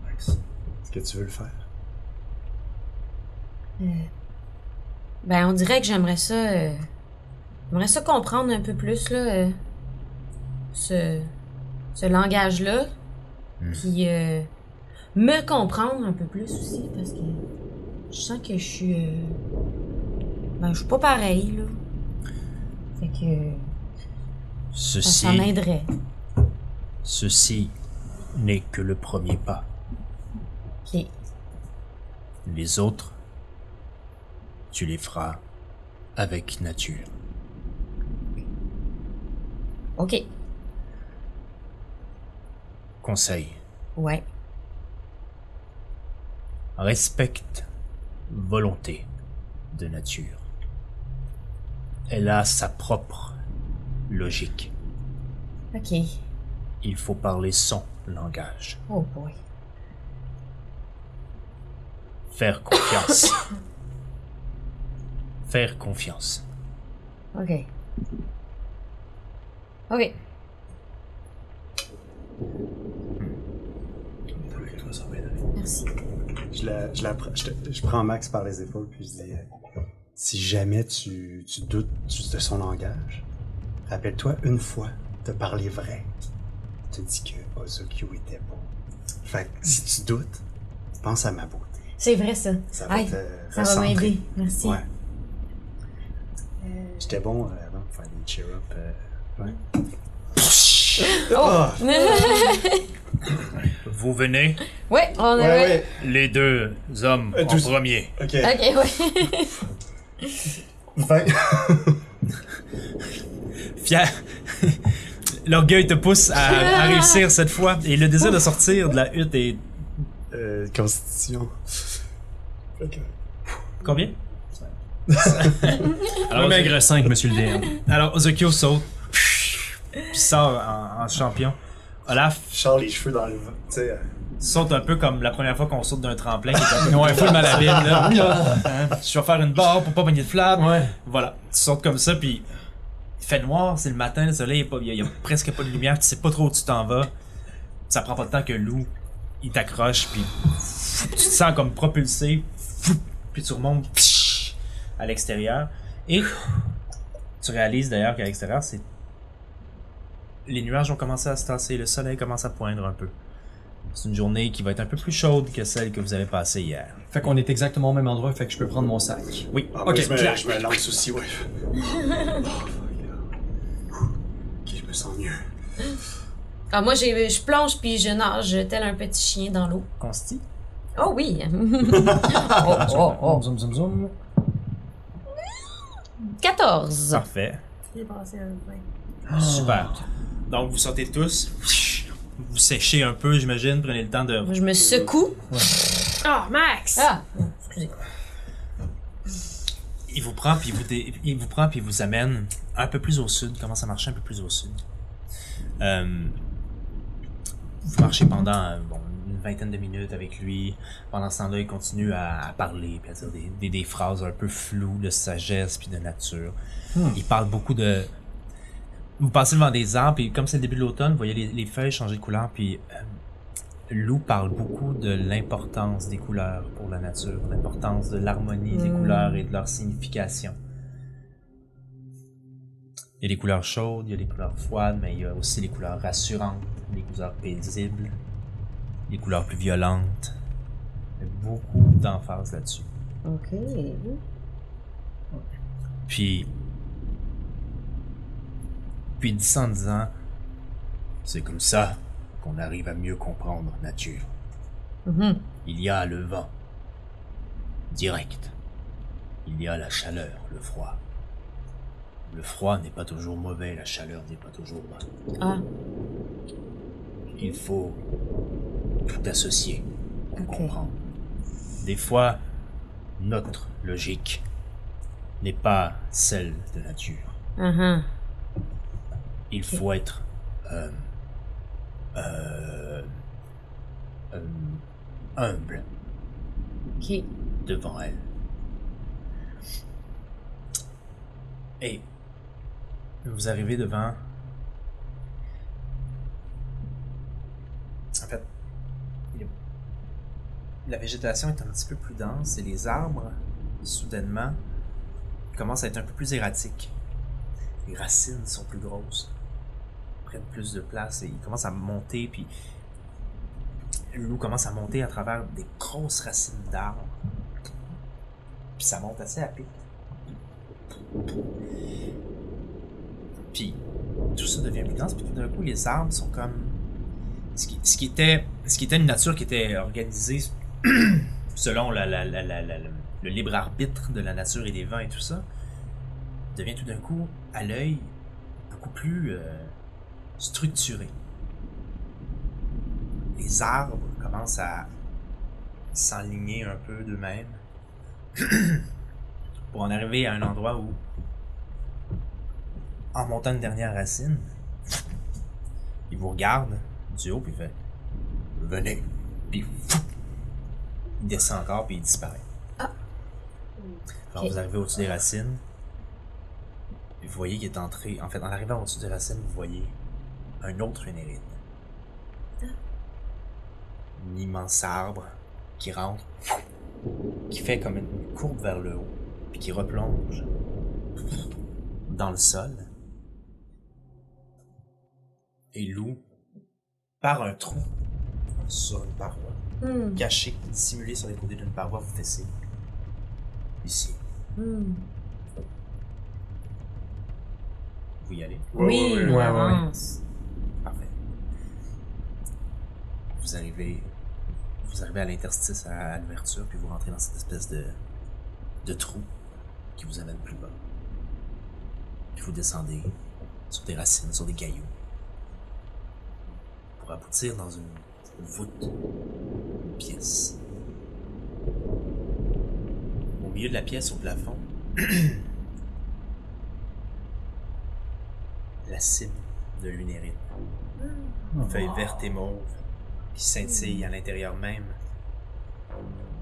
Speaker 6: Max.
Speaker 2: Est-ce que tu veux le faire?
Speaker 3: Euh, Ben, on dirait que j'aimerais ça. euh, j'aimerais ça comprendre un peu plus, là. euh, ce. ce langage-là.
Speaker 1: Hmm.
Speaker 3: Puis. euh, me comprendre un peu plus aussi, parce que. Je sens que je suis. euh, ben, je suis pas pareil, là. Fait que. Ça,
Speaker 1: Ceci,
Speaker 3: ça m'aiderait.
Speaker 1: ceci n'est que le premier pas.
Speaker 3: Ok.
Speaker 1: Les autres, tu les feras avec nature.
Speaker 3: Ok.
Speaker 1: Conseil.
Speaker 3: Ouais.
Speaker 1: respecte volonté de nature. Elle a sa propre logique.
Speaker 3: Ok.
Speaker 1: Il faut parler son langage.
Speaker 3: Oh boy.
Speaker 1: Faire confiance. Faire confiance.
Speaker 3: Ok. Ok.
Speaker 6: On est avec toi, ça va être avec
Speaker 3: Merci.
Speaker 2: Je, la, je, la pr- je te- je prends Max par les épaules puis je dis euh, si jamais tu, tu doutes du- de son langage, rappelle-toi une fois de parler vrai. Je te dis que Ozokyo était bon. Fait que si tu doutes, pense à ma beauté.
Speaker 3: C'est vrai, ça.
Speaker 2: Ça va
Speaker 3: Aïe,
Speaker 2: te
Speaker 3: Ça va
Speaker 2: recentrer.
Speaker 3: m'aider. Merci.
Speaker 2: Ouais. J'étais bon euh, avant de faire des cheer-up. euh, ouais.
Speaker 3: Oh!
Speaker 2: Ah!
Speaker 1: Vous venez,
Speaker 3: ouais, on
Speaker 2: Ouais,
Speaker 3: a. Ouais,
Speaker 2: ouais.
Speaker 1: les deux hommes
Speaker 2: Euh,
Speaker 1: en
Speaker 2: tous-
Speaker 1: premier.
Speaker 2: Ok.
Speaker 3: Ok, ouais.
Speaker 2: Fait-
Speaker 1: Fier. L'orgueil te pousse à, à réussir cette fois et le désir de sortir de la hutte est.
Speaker 2: Euh, constitution. Fait que-
Speaker 1: Combien
Speaker 5: Alors,
Speaker 1: Alors,
Speaker 5: maigre 5, monsieur le hein. DM.
Speaker 1: Alors, Ozokyo saute. Puis sort en, en champion. Olaf
Speaker 2: Je sors les cheveux dans le vent. Tu sais, euh,
Speaker 1: saute un peu comme la première fois qu'on saute d'un tremplin. qui est un peu- Ouais, full malhabile, là. Hein, Je vais faire une barre pour pas pogner de flamme.
Speaker 5: Ah, Ouais.
Speaker 1: Voilà. Tu sautes comme ça, puis il fait noir, c'est le matin, le soleil, est pas- il y, a- il y a presque pas de lumière, tu sais pas trop où tu t'en vas. Ça prend pas de temps que loup, il t'accroche, puis tu te sens comme propulsé, puis tu remontes à l'extérieur. Et Tu réalises d'ailleurs qu'à l'extérieur, c'est. Les nuages ont commencé à se tasser, le soleil commence à poindre un peu. C'est une journée qui va être un peu plus chaude que celle que vous avez passée hier.
Speaker 5: Fait qu'on est exactement au même endroit, fait que je peux prendre mon sac.
Speaker 1: Oui.
Speaker 2: Ah,
Speaker 5: Ok,
Speaker 2: moi, je, me,
Speaker 5: clac.
Speaker 2: je me lance aussi, ouais. Oh, fuck. Ok, je me sens mieux.
Speaker 3: Ah, moi, j'ai- je plonge puis je nage tel un petit chien dans l'eau.
Speaker 1: Consti.
Speaker 3: Oh oui! oh, oh, oh.
Speaker 5: Ah, Zoom, zoom, zoom.
Speaker 3: 14.
Speaker 1: Parfait.
Speaker 4: J'ai passé un bain.
Speaker 1: Super. Donc vous sortez tous. Vous séchez un peu, j'imagine. Prenez le temps de.
Speaker 3: Moi, je me secoue.
Speaker 4: Oh, Max!
Speaker 3: Ah! Excusez.
Speaker 1: Il vous prend puis il vous, dé- il vous prend puis il vous amène un peu plus au sud. Commence à marcher un peu plus au sud. Euh, vous marchez pendant euh, bon, une vingtaine de minutes avec lui. Pendant ce temps-là, il continue à, à parler puis à dire des, des- des phrases un peu floues de sagesse puis de nature. Il parle beaucoup de. Vous passez devant des arbres puis comme c'est le début de l'automne, vous voyez les, les feuilles changer de couleur puis euh, Lou parle beaucoup de l'importance des couleurs pour la nature, l'importance de l'harmonie des
Speaker 3: Mm.
Speaker 1: couleurs et de leur signification. Il y a les couleurs chaudes, il y a les couleurs froides, mais il y a aussi les couleurs rassurantes, les couleurs paisibles, les couleurs plus violentes. Il y a beaucoup d'emphase là-dessus.
Speaker 3: OK.
Speaker 1: Puis. Puis dix en disant. C'est comme ça qu'on arrive à mieux comprendre nature.
Speaker 3: Mhm.
Speaker 1: Il y a le vent. Direct. Il y a la chaleur, le froid. Le froid n'est pas toujours mauvais, la chaleur n'est pas toujours bonne.
Speaker 3: Ah.
Speaker 1: Il faut tout associer pour
Speaker 3: Ok.
Speaker 1: comprendre. Des fois, notre logique n'est pas celle de nature.
Speaker 3: Uh-huh.
Speaker 1: Il faut être. euh, euh, euh, humble
Speaker 3: OK.
Speaker 1: devant elle. Et vous arrivez devant. En fait, il y a- la végétation est un petit peu plus dense et les arbres, soudainement, commencent à être un peu plus erratiques. Les racines sont plus grosses, prennent plus de place et ils commencent à monter. Puis le loup commence à monter à travers des grosses racines d'arbres. Puis ça monte assez à pic. Puis tout ça devient plus dense, puis tout d'un coup, les arbres sont comme. Ce qui, ce qui était, ce qui était une nature qui était organisée selon la- la- la- la- la- la- le libre arbitre de la nature et des vents et tout ça, devient tout d'un coup, à l'œil, beaucoup plus euh, structuré. Les arbres commencent à s'enligner un peu d'eux-mêmes pour en arriver à un endroit où, en montant une dernière racine, il vous regarde du haut puis il fait Venez. Puis il descend encore puis il disparaît. Alors
Speaker 3: Ok.
Speaker 1: vous arrivez au-dessus des racines. et Vous voyez qu'il est entré. En fait, en arrivant au-dessus des racines, vous voyez un autre énéride. Un immense arbre qui rentre, qui fait comme une courbe vers le haut, puis qui replonge dans le sol. Et Lou, par un trou sur une paroi,
Speaker 3: Hmm.
Speaker 1: caché, dissimulé sur les côtés d'une paroi, vous fait signe. Ici,
Speaker 3: Hmm.
Speaker 1: vous y allez.
Speaker 3: Oui, Ah.
Speaker 5: ouais,
Speaker 3: on
Speaker 5: ouais.
Speaker 3: avance.
Speaker 1: Parfait. Vous arrivez, vous arrivez à l'interstice, à, à l'ouverture, puis vous rentrez dans cette espèce de, de trou qui vous amène plus bas. Puis vous descendez sur des racines, sur des cailloux, pour aboutir dans une voûte, une pièce. Au milieu de la pièce, au plafond, la cime de l'unérite feuilles vertes et mauves qui scintillent à l'intérieur même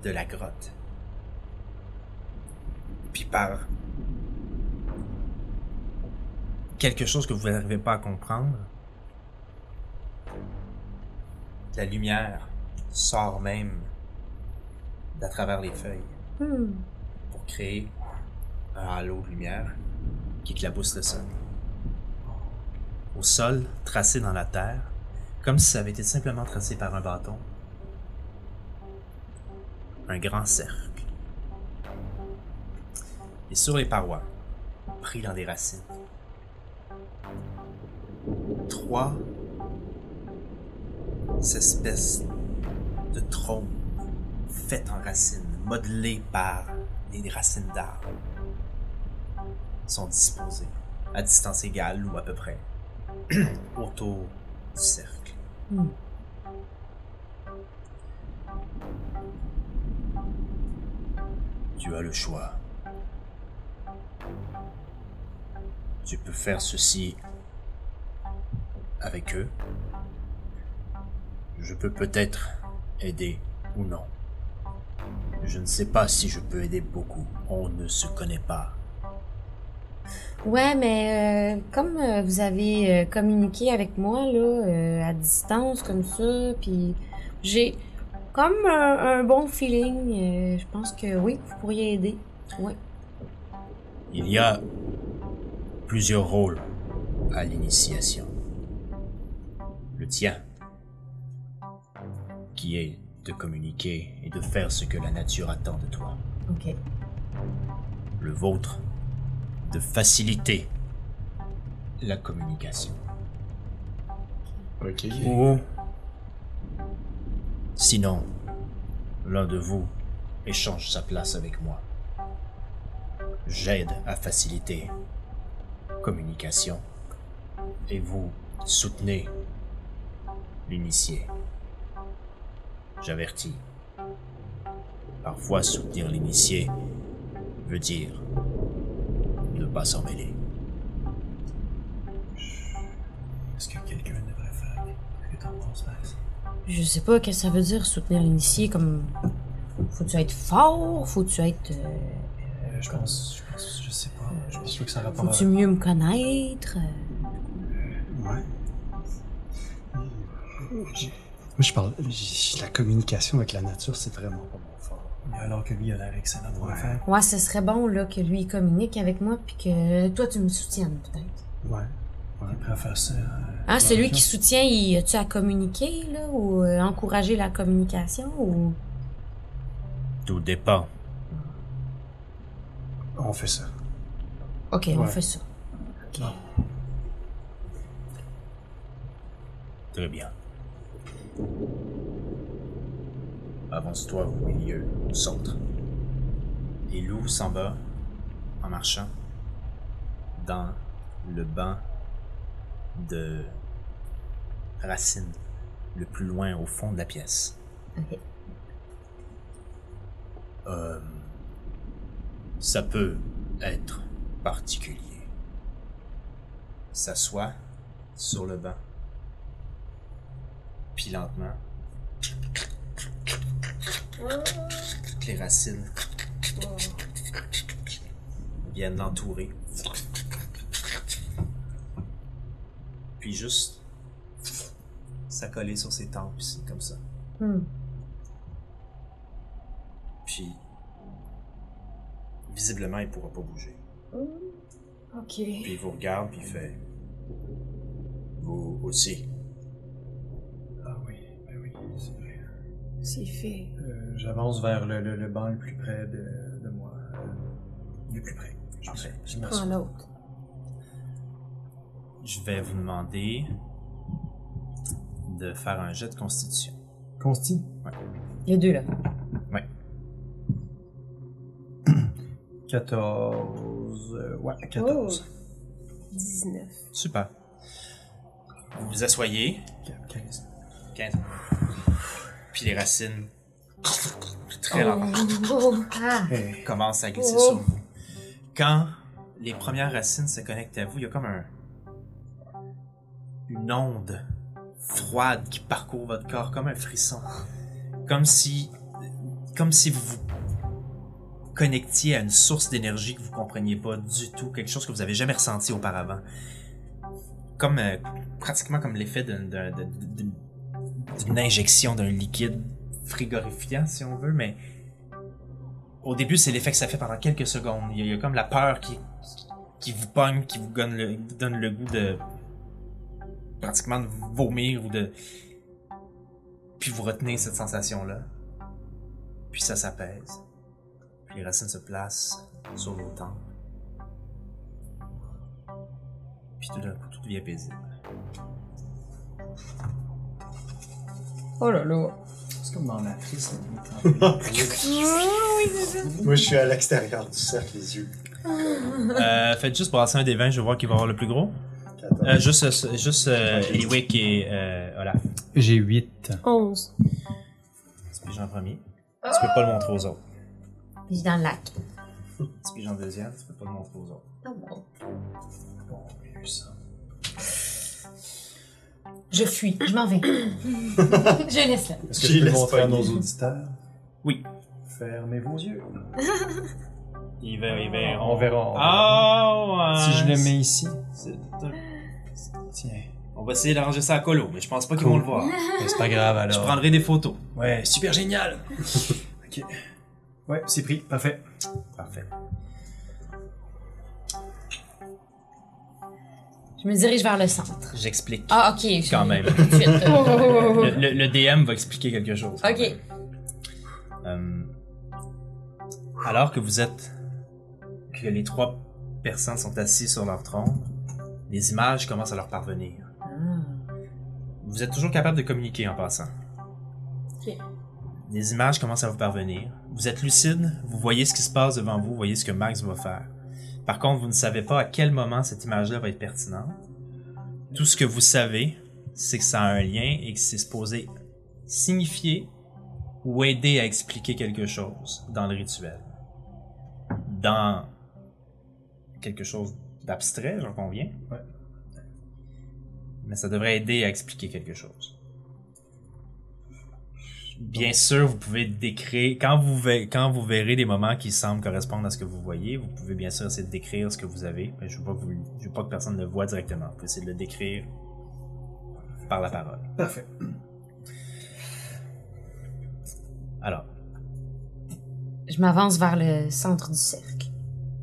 Speaker 1: de la grotte. Puis par quelque chose que vous n'arrivez pas à comprendre, la lumière sort même d'à travers les feuilles
Speaker 3: Hmm.
Speaker 1: pour créer un halo de lumière qui éclabousse le sol. Au sol, tracé dans la terre, comme si ça avait été simplement tracé par un bâton, un grand cercle. Et sur les parois, pris dans des racines, trois espèces de troncs faits en racines, modelés par des racines d'arbres, sont disposées à distance égale ou à peu près autour du cercle.
Speaker 3: Hmm.
Speaker 1: Tu as le choix. Tu peux faire ceci avec eux. Je peux peut-être aider ou non. Je ne sais pas si je peux aider beaucoup. On ne se connaît pas.
Speaker 3: Ouais, mais euh, comme euh, vous avez euh, communiqué avec moi là euh, à distance comme ça, puis j'ai comme un, un bon feeling. euh, je pense que oui, vous pourriez aider. Oui.
Speaker 1: Il y a plusieurs rôles à l'initiation. Le tien, qui est de communiquer et de faire ce que la nature attend de toi.
Speaker 3: Ok.
Speaker 1: le vôtre, de faciliter la communication.
Speaker 7: Ok.
Speaker 1: Ou, sinon, l'un de vous échange sa place avec moi. J'aide à faciliter communication et vous soutenez l'initié. J'avertis. Parfois, soutenir l'initié veut dire ne pas s'en mêler.
Speaker 6: Est-ce que quelqu'un devrait faire Qu'est-ce que t'en penses, Max
Speaker 3: Je sais pas qu'est-ce que ça veut dire soutenir l'initié comme faut-tu être fort, faut-tu être euh,
Speaker 5: Euh, je pense, je pense, je sais pas. Je pense pas que ça a rapport à-
Speaker 3: faut-tu mieux me connaître Euh,
Speaker 2: Ouais. J'ai- Moi, je parle. j'ai- La communication avec la nature, c'est vraiment pas mon fort.
Speaker 5: Mais alors que lui, il a l'air excellent pour le
Speaker 2: Ouais.
Speaker 5: faire.
Speaker 3: Ouais, ce serait bon là que lui il communique avec moi puis que toi tu me soutiennes peut-être.
Speaker 2: Ouais.
Speaker 5: Il est prêt à faire ça.
Speaker 3: Ah, celui qui soutient, il a-tu à communiquer, là, ou euh, encourager la communication, ou...
Speaker 1: Tout dépend.
Speaker 2: On fait ça.
Speaker 3: Ok, on
Speaker 2: Ouais.
Speaker 3: fait ça.
Speaker 1: Très bien. Avance-toi au milieu, au centre. Et loup s'en va, en marchant, dans le banc de racines, le plus loin au fond de la pièce.
Speaker 3: Ok.
Speaker 1: Euh, ça peut être particulier. S'assoit sur le banc puis lentement. Les racines viennent l'entourer. Puis juste s'accoler sur ses tempes ici, comme ça.
Speaker 3: Hmm.
Speaker 1: Puis visiblement, il pourra pas bouger.
Speaker 4: Ok.
Speaker 1: Puis il vous regarde, puis il fait Vous aussi.
Speaker 5: Ah oui, ben oui, c'est vrai.
Speaker 4: C'est fait.
Speaker 5: Euh, J'avance vers le, le, le banc le plus près de, de moi. euh, Le plus près. Je
Speaker 1: Parfait.
Speaker 5: Je
Speaker 4: Prends
Speaker 5: m'assois.
Speaker 4: l'autre.
Speaker 1: Je vais vous demander de faire un jet de constitution.
Speaker 5: Consti.
Speaker 3: Les deux, là.
Speaker 5: 14. euh, Ouais, 14.
Speaker 4: 19.
Speaker 1: Super. Vous vous assoyez.
Speaker 5: 15.
Speaker 1: 15. Puis les racines, très lentement,
Speaker 3: Ah,
Speaker 5: Hey.
Speaker 1: commencent à glisser
Speaker 4: Oh.
Speaker 1: sur vous. Quand les premières racines se connectent à vous, il y a comme un, une onde froide qui parcourt votre corps comme un frisson. Comme si, comme si vous vous connectiez à une source d'énergie que vous compreniez pas du tout, quelque chose que vous avez jamais ressenti auparavant. Comme, euh, pratiquement comme l'effet d'un- d'un- d'un- d'une d'une injection d'un liquide frigorifiant, si on veut, mais au début, c'est l'effet que ça fait pendant quelques secondes. Il y a, il y a comme la peur qui, qui vous pogne, qui vous donne le, donne le goût de pratiquement de vomir ou de... Puis vous retenez cette sensation-là. Puis ça s'apaise. Puis les racines se placent sur vos tempes. Puis tout d'un coup, tout devient paisible.
Speaker 3: Oh là là.
Speaker 5: C'est comme dans Matrice. hein.
Speaker 2: Moi, je suis à l'extérieur du cercle, les yeux.
Speaker 1: Euh, faites juste brasser un des vins, je vais voir qui va avoir le plus gros. Euh, juste euh, juste euh, Eliwick et euh, Olaf.
Speaker 5: J'ai 8.
Speaker 4: 11.
Speaker 1: Tu piges en premier. Tu peux pas le montrer aux autres.
Speaker 3: Puis dans le lac.
Speaker 1: Tu piges en deuxième, tu peux pas le montrer aux autres.
Speaker 3: Ah bon.
Speaker 1: Bon, mieux ça.
Speaker 3: Je fuis, je m'en vais. je laisse là.
Speaker 5: Est-ce que
Speaker 2: J'ai
Speaker 5: je peux
Speaker 2: laisse
Speaker 5: montrer à
Speaker 2: pas
Speaker 5: nos
Speaker 2: Guy.
Speaker 5: auditeurs?
Speaker 1: Oui.
Speaker 5: Fermez vos yeux.
Speaker 1: Il va, il va,
Speaker 5: Eh ben, On verra. on
Speaker 1: Ah
Speaker 5: verra.
Speaker 1: ouais.
Speaker 5: Si je le mets ici,
Speaker 1: C'est-
Speaker 5: tiens.
Speaker 1: On va essayer d'arranger ça à colo, mais je pense pas qu'ils
Speaker 5: Cool.
Speaker 1: vont le voir.
Speaker 5: Mais C'est pas grave alors.
Speaker 1: Je prendrai des photos.
Speaker 5: Ouais, super génial! ok. Ouais, c'est pris, parfait.
Speaker 1: Parfait.
Speaker 3: Je me dirige vers le centre.
Speaker 1: J'explique.
Speaker 3: Ah, ok. je-
Speaker 1: Quand même.
Speaker 3: tout de suite, euh,
Speaker 1: Le, le- le DM va expliquer quelque chose. quand
Speaker 3: Ok.
Speaker 1: même. Euh, alors que vous êtes. que les trois personnes sont assises sur leur trône, les images commencent à leur parvenir.
Speaker 3: Ah.
Speaker 1: Vous êtes toujours capable de communiquer en passant.
Speaker 4: Ok.
Speaker 1: Les images commencent à vous parvenir. Vous êtes lucide, vous voyez ce qui se passe devant vous, vous voyez ce que Max va faire. Par contre, vous ne savez pas à quel moment cette image-là va être pertinente. Tout ce que vous savez, c'est que ça a un lien et que c'est supposé signifier ou aider à expliquer quelque chose dans le rituel. Dans quelque chose d'abstrait, j'en conviens. Mais ça devrait aider à expliquer quelque chose. Bien sûr, vous pouvez décrire, quand vous, ve- quand vous verrez des moments qui semblent correspondre à ce que vous voyez, vous pouvez bien sûr essayer de décrire ce que vous avez. Mais je veux pas, que vous- je veux pas que personne le voit directement. Vous pouvez essayer de le décrire par la parole.
Speaker 5: Parfait.
Speaker 1: Alors,
Speaker 3: Je m'avance vers le centre du cercle.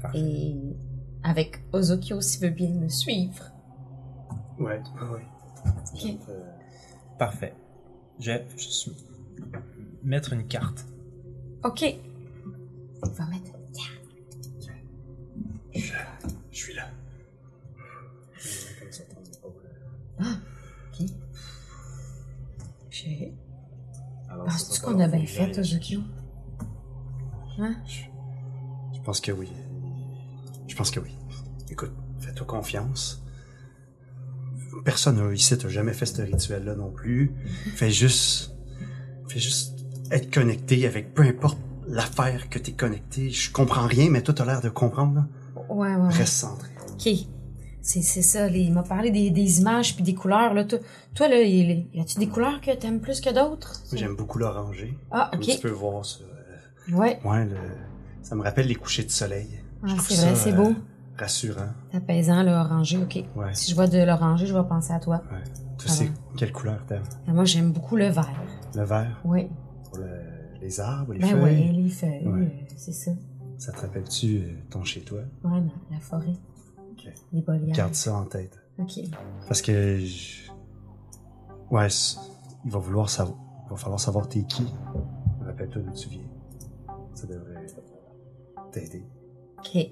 Speaker 1: Parfait.
Speaker 3: Et avec Ozokyo s'il veut bien me suivre.
Speaker 2: Ouais, ouais, ouais.
Speaker 3: Ok.
Speaker 2: Euh,
Speaker 1: parfait. Je vais juste mettre une carte.
Speaker 3: Ok. On va mettre.
Speaker 2: je suis là. Je suis là. Euh, comme ça, t'en dis pas, ouais.
Speaker 3: Ok. Je-
Speaker 1: Alors, ça
Speaker 3: Penses-tu
Speaker 1: sera pas
Speaker 3: qu'on a
Speaker 1: long, faut
Speaker 3: bien
Speaker 1: que
Speaker 3: fait,
Speaker 1: j'aille.
Speaker 3: Ozokyo?
Speaker 2: Je pense que oui. Je pense que oui. Écoute, fais-toi confiance. Personne euh, ici t'a jamais fait ce rituel-là non plus. Fais juste. Fais juste être connecté avec peu importe l'affaire que t'es connecté. Je comprends rien, mais toi t'as l'air de comprendre. là.
Speaker 3: Ouais, ouais. ouais.
Speaker 2: Reste centré.
Speaker 3: Ok. C'est c'est ça, les- il m'a parlé des, des images puis des couleurs. Là. Toi, toi, là, il- y a-tu des couleurs que t'aimes plus que d'autres?
Speaker 2: Moi, J'aime beaucoup l'oranger.
Speaker 3: Ah,
Speaker 2: Comme tu
Speaker 3: ok.
Speaker 2: peux voir ça. euh,
Speaker 3: Ouais,
Speaker 2: Ouais, le... ça me rappelle les couchers de soleil.
Speaker 3: Ah,
Speaker 2: trouve
Speaker 3: c'est
Speaker 2: ça, euh,
Speaker 3: vrai, c'est beau.
Speaker 2: Rassurant.
Speaker 3: C'est Apaisant, l'oranger, ok.
Speaker 2: Ouais.
Speaker 3: Si je vois de l'oranger, je vais penser à toi.
Speaker 2: Tu sais quelle couleur t'aimes?
Speaker 3: Mais moi, j'aime beaucoup le vert.
Speaker 2: Le vert
Speaker 3: Oui.
Speaker 2: pour le- les arbres, les
Speaker 3: Ben
Speaker 2: feuilles.
Speaker 3: oui, les feuilles,
Speaker 2: Ouais.
Speaker 3: euh, c'est ça.
Speaker 2: Ça te rappelle-tu euh, ton chez-toi?
Speaker 3: Ouais, non, la forêt.
Speaker 2: Ok.
Speaker 3: Les boliares.
Speaker 2: Garde ça en tête.
Speaker 3: Ok.
Speaker 2: Parce que. je- Ouais, c- il va vouloir savoir. Il va falloir savoir t'es qui. Rappelle-toi d'où tu viens. Ça devrait t'aider.
Speaker 3: Ok.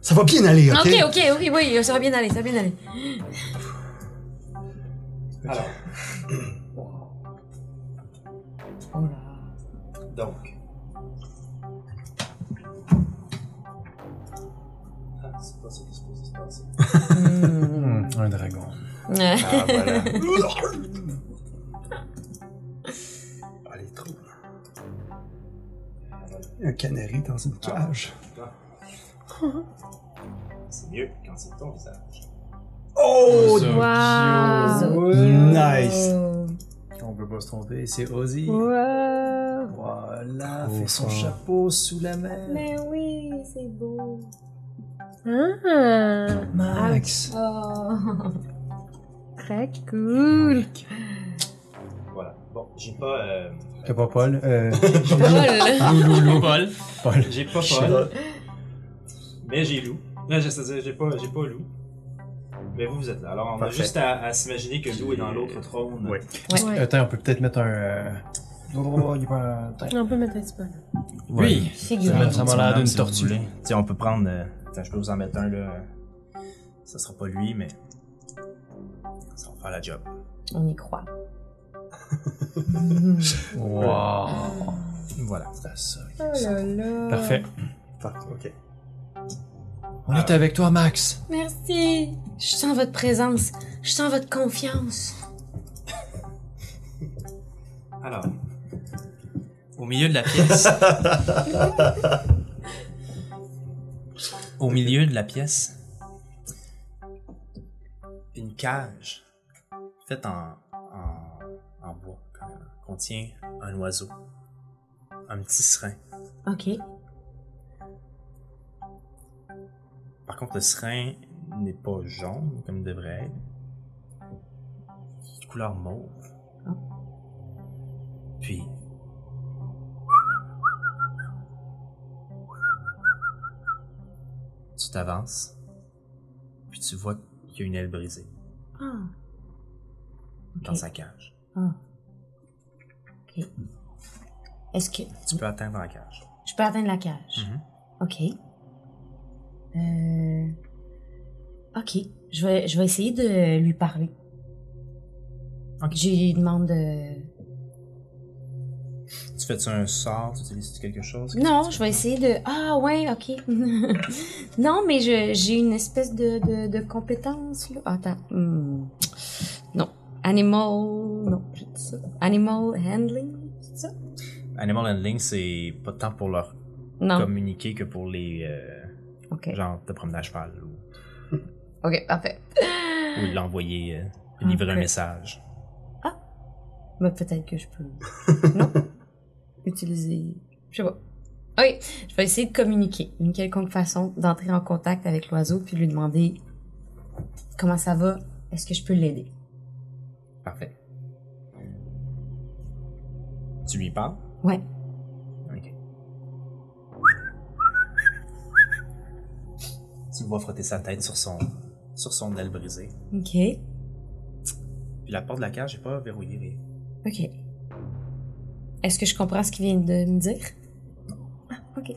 Speaker 2: Ça va bien aller, ok?
Speaker 3: Ok, ok, ok, oui, ça va bien aller, ça va bien aller. Oh là.
Speaker 1: Donc. Ah, c'est pas ça qui se passe, c'est pas ça.
Speaker 5: Hmm, un dragon.
Speaker 3: Euh,
Speaker 2: Ah, voilà. ah, les trous. Un canari dans une cage.
Speaker 1: C'est mieux quand c'est ton visage.
Speaker 2: Oh!
Speaker 3: Wow.
Speaker 2: Nice!
Speaker 5: On peut pas se tromper, c'est Ozzy.
Speaker 4: Wow!
Speaker 5: Voilà,
Speaker 2: Trop
Speaker 5: fait son
Speaker 2: fort.
Speaker 5: chapeau sous la mer.
Speaker 3: Mais oui, c'est beau.
Speaker 4: Ah!
Speaker 5: Max!
Speaker 3: Oh.
Speaker 4: Très cool!
Speaker 1: Voilà. Bon, j'ai pas. Euh...
Speaker 5: T'as pas Paul? Euh,
Speaker 3: Paul.
Speaker 1: J'ai pas Paul.
Speaker 5: Paul.
Speaker 1: J'ai pas
Speaker 5: Je sais
Speaker 1: Paul. Mais j'ai loup. Là, je sais j'ai pas, j'ai pas loup. Mais vous, vous êtes là. Alors, on a
Speaker 5: Parfait.
Speaker 1: juste à, à s'imaginer que loup est dans
Speaker 5: J'ai-
Speaker 1: l'autre trône.
Speaker 5: Oui.
Speaker 4: Ouais.
Speaker 5: Attends, on peut peut-être mettre un. euh, il est pas- attends.
Speaker 4: On peut mettre un petit peu. là.
Speaker 5: Oui!
Speaker 3: C'est
Speaker 5: Ça m'a-
Speaker 3: grave.
Speaker 5: ça m'a l'air d'une
Speaker 1: Si vous
Speaker 5: tortue.
Speaker 1: voulez. Tiens, on peut prendre. euh, Attends, je peux vous en mettre un là. Ça sera pas lui, mais. Ça va faire la job.
Speaker 3: On y croit.
Speaker 5: Wow! Ah.
Speaker 1: Voilà.
Speaker 4: Oh là là.
Speaker 5: Parfait.
Speaker 2: Parfait, ok.
Speaker 5: On est avec toi, Max!
Speaker 3: Merci. Je sens votre présence. Je sens votre confiance.
Speaker 1: Alors. Au milieu de la pièce. au milieu de la pièce. Une cage. Faite en, en, en bois, quand même. Contient un oiseau. Un petit serin.
Speaker 3: OK.
Speaker 1: Par contre, le serin n'est pas jaune comme il devrait être. Il est de couleur mauve.
Speaker 3: Ah.
Speaker 1: Puis. Tu t'avances. Puis tu vois qu'il y a une aile brisée
Speaker 3: Ah.
Speaker 1: dans
Speaker 3: Ok.
Speaker 1: sa cage.
Speaker 3: Est-ce que
Speaker 1: Tu peux atteindre la cage.
Speaker 3: je peux atteindre la cage?
Speaker 1: Mhm.
Speaker 3: OK. Euh... OK. Je vais, je vais essayer de lui parler.
Speaker 1: Ok.
Speaker 3: Je lui demande de...
Speaker 1: Tu fais-tu un sort? Tu utilises quelque chose?
Speaker 3: Non, je vais essayer de... Ah ouais, OK. non, mais je- j'ai une espèce de, de, de compétence. Là. Attends. Hmm. Non. Animal... Non, je dis ça. Animal handling, c'est ça?
Speaker 1: Animal Handling, c'est pas tant pour leur
Speaker 3: Non.
Speaker 1: communiquer que pour les. euh,
Speaker 3: OK.
Speaker 1: genre, te promener à cheval ou
Speaker 3: OK, parfait.
Speaker 1: ou l'envoyer euh, livrer
Speaker 3: Ok.
Speaker 1: un message.
Speaker 3: Mais Bah, peut-être que je peux. non? Utiliser. Je sais pas. Oui, je vais essayer de communiquer d'une quelconque façon, d'entrer en contact avec l'oiseau puis lui demander comment ça va, est-ce que je peux l'aider.
Speaker 1: Parfait. Tu lui parles?
Speaker 3: Ouais.
Speaker 1: Ok. Tu le vois frotter sa tête sur son, sur son aile brisée.
Speaker 3: Ok.
Speaker 1: Puis la porte de la cage n'est pas verrouillée. rien.
Speaker 3: Ok. Est-ce que je comprends ce qu'il vient de me dire? Ah, ok.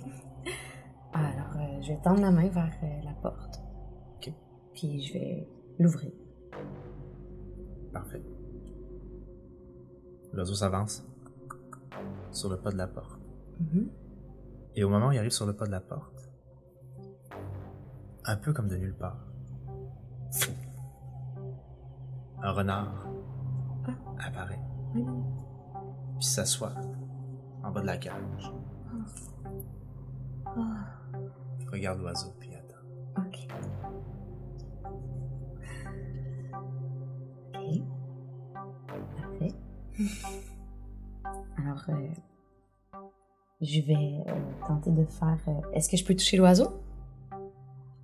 Speaker 3: Alors, euh, je vais tendre la main vers euh, la porte.
Speaker 1: Ok.
Speaker 3: Puis je vais l'ouvrir.
Speaker 1: Parfait. L'oiseau s'avance sur le pas de la porte.
Speaker 3: Mhm.
Speaker 1: Et au moment où il arrive sur le pas de la porte, un peu comme de nulle part, un renard apparaît.
Speaker 3: Oui.
Speaker 1: Puis s'assoit en bas de la cage.
Speaker 3: Ah,
Speaker 1: Regarde l'oiseau, puis attend.
Speaker 3: ok. Ok. Parfait. Alors, euh, je vais euh, tenter de faire. euh, Est-ce que je peux toucher l'oiseau?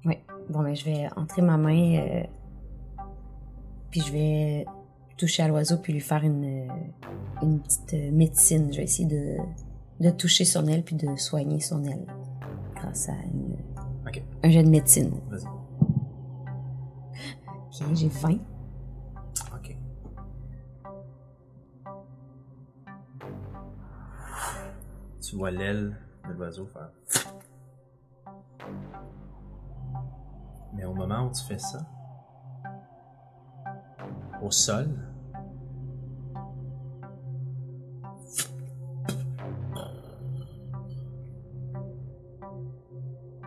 Speaker 3: Oui. Bon, ben, je vais entrer ma main, euh, puis je vais toucher à l'oiseau, puis lui faire une, euh, une petite euh, médecine. Je vais essayer de, de toucher son aile, puis de soigner son aile grâce à une-
Speaker 1: Ok.
Speaker 3: un jeu de médecine.
Speaker 1: Vas-y.
Speaker 3: Ok, j'ai 20.
Speaker 1: Ok. Tu vois l'aile de l'oiseau faire. Mais au moment où tu fais ça, au sol,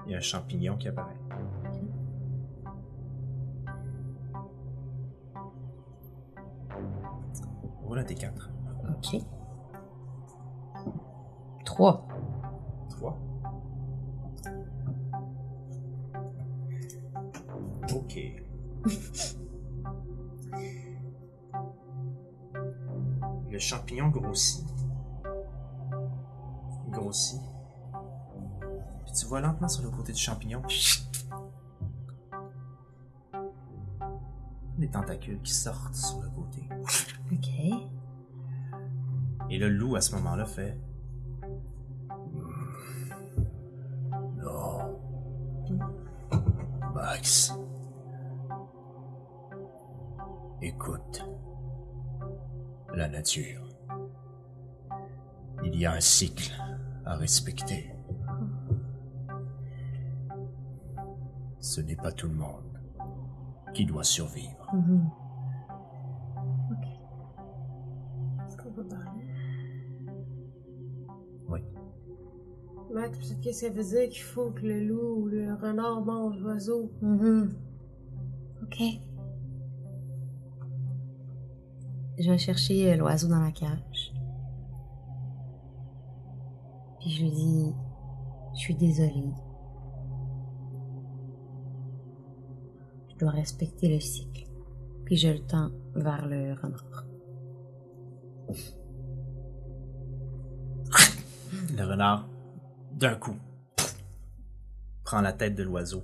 Speaker 1: il y a un champignon qui apparaît. Roule un des quatre.
Speaker 3: Ok. 3.
Speaker 1: 3. Ok. Le champignon grossit. Grossit. Puis tu vois lentement sur le côté du champignon. Des tentacules qui sortent sur le côté.
Speaker 3: Ok.
Speaker 1: Et le loup, à ce moment-là, fait. Hmm. Non. Max. Écoute la nature. Il y a un cycle à respecter. Ce n'est pas tout le monde qui doit survivre.
Speaker 3: Mhm.
Speaker 4: Est-ce qu'on peut parler?
Speaker 1: Oui.
Speaker 4: Matt, peut-être que ça veut dire qu'il faut que le loup ou le renard mange l'oiseau.
Speaker 3: Mhm. Ok. Je vais chercher euh, l'oiseau dans la cage. Puis je lui dis, je suis désolée. Je dois respecter le cycle. Puis je le tends vers le renard.
Speaker 1: Le renard, d'un coup, prend la tête de l'oiseau.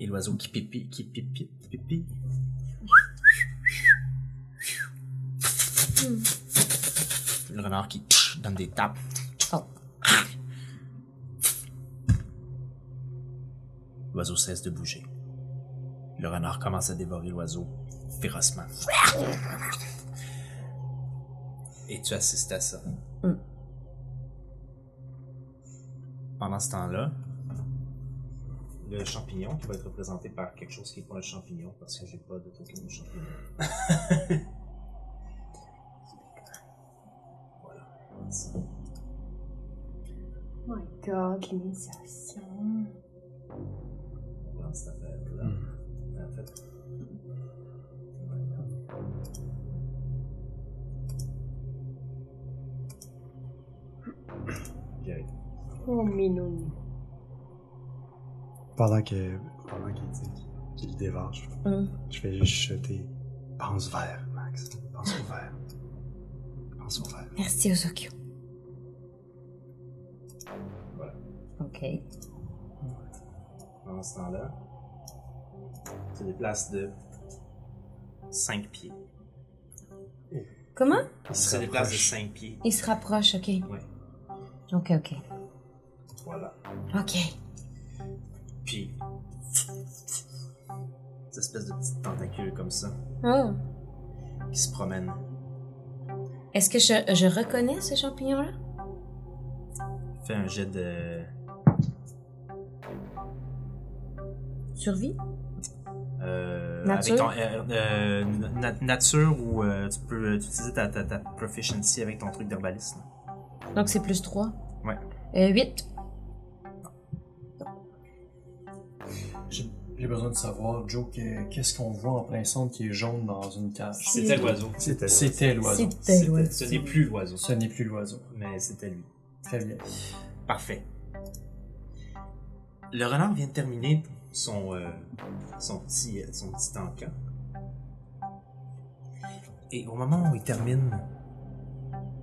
Speaker 1: Et l'oiseau qui pipi, qui pipi, qui pipi. Le renard qui donne des tapes.
Speaker 3: Oh.
Speaker 1: L'oiseau cesse de bouger. Le renard commence à dévorer l'oiseau férocement. Et tu assistes à ça.
Speaker 3: Mm.
Speaker 1: Pendant ce temps-là, le champignon qui va être représenté par quelque chose qui est pas un champignon parce que j'ai pas de token de champignon.
Speaker 7: Oh my god, l'initiation.
Speaker 1: dans cette affaire-là. Mais En fait. J'arrive.
Speaker 7: Oh, minou.
Speaker 2: Pendant que pendant qu'il dit qu'il le dévore, je,
Speaker 3: Hum.
Speaker 2: je vais juste jeter. Pense vert, Max. Pense au vert. Pense au vert.
Speaker 3: Merci, Ozokyo.
Speaker 1: Voilà.
Speaker 3: Ok.
Speaker 1: Pendant ce temps-là, tu déplaces de 5 pieds.
Speaker 3: Comment?
Speaker 1: Il
Speaker 2: se
Speaker 1: se déplace de
Speaker 2: rapproche.
Speaker 1: 5 pieds.
Speaker 3: Il se rapproche, ok.
Speaker 1: Ouais.
Speaker 3: Ok, ok.
Speaker 1: Voilà.
Speaker 3: Ok.
Speaker 1: Puis. Cette espèce de petite tentacule comme ça
Speaker 3: Oh.
Speaker 1: qui se promène.
Speaker 3: Est-ce que je, je reconnais ce champignon-là?
Speaker 1: Fais un jet de.
Speaker 3: Survie?
Speaker 1: Euh,
Speaker 3: Nature?
Speaker 1: avec ton- euh, euh, na- nature ou euh, tu peux utiliser ta, ta, ta proficiency avec ton truc d'herbaliste. là.
Speaker 3: Donc c'est plus 3.
Speaker 1: Ouais.
Speaker 3: Euh, 8.
Speaker 5: J'ai j'ai besoin de savoir, Joe, que- qu'est-ce qu'on voit en plein centre qui est jaune dans une cage
Speaker 1: C'était l'oiseau.
Speaker 2: C'était
Speaker 5: C'était l'oiseau.
Speaker 3: C'était
Speaker 1: C'était-
Speaker 3: l'oiseau.
Speaker 1: Ce n'est plus l'oiseau,
Speaker 5: Ce n'est plus l'oiseau.
Speaker 1: mais c'était lui.
Speaker 5: Très bien.
Speaker 1: Parfait. Le renard vient de terminer son, euh, son, petit, euh, son petit encas. Et au moment où il termine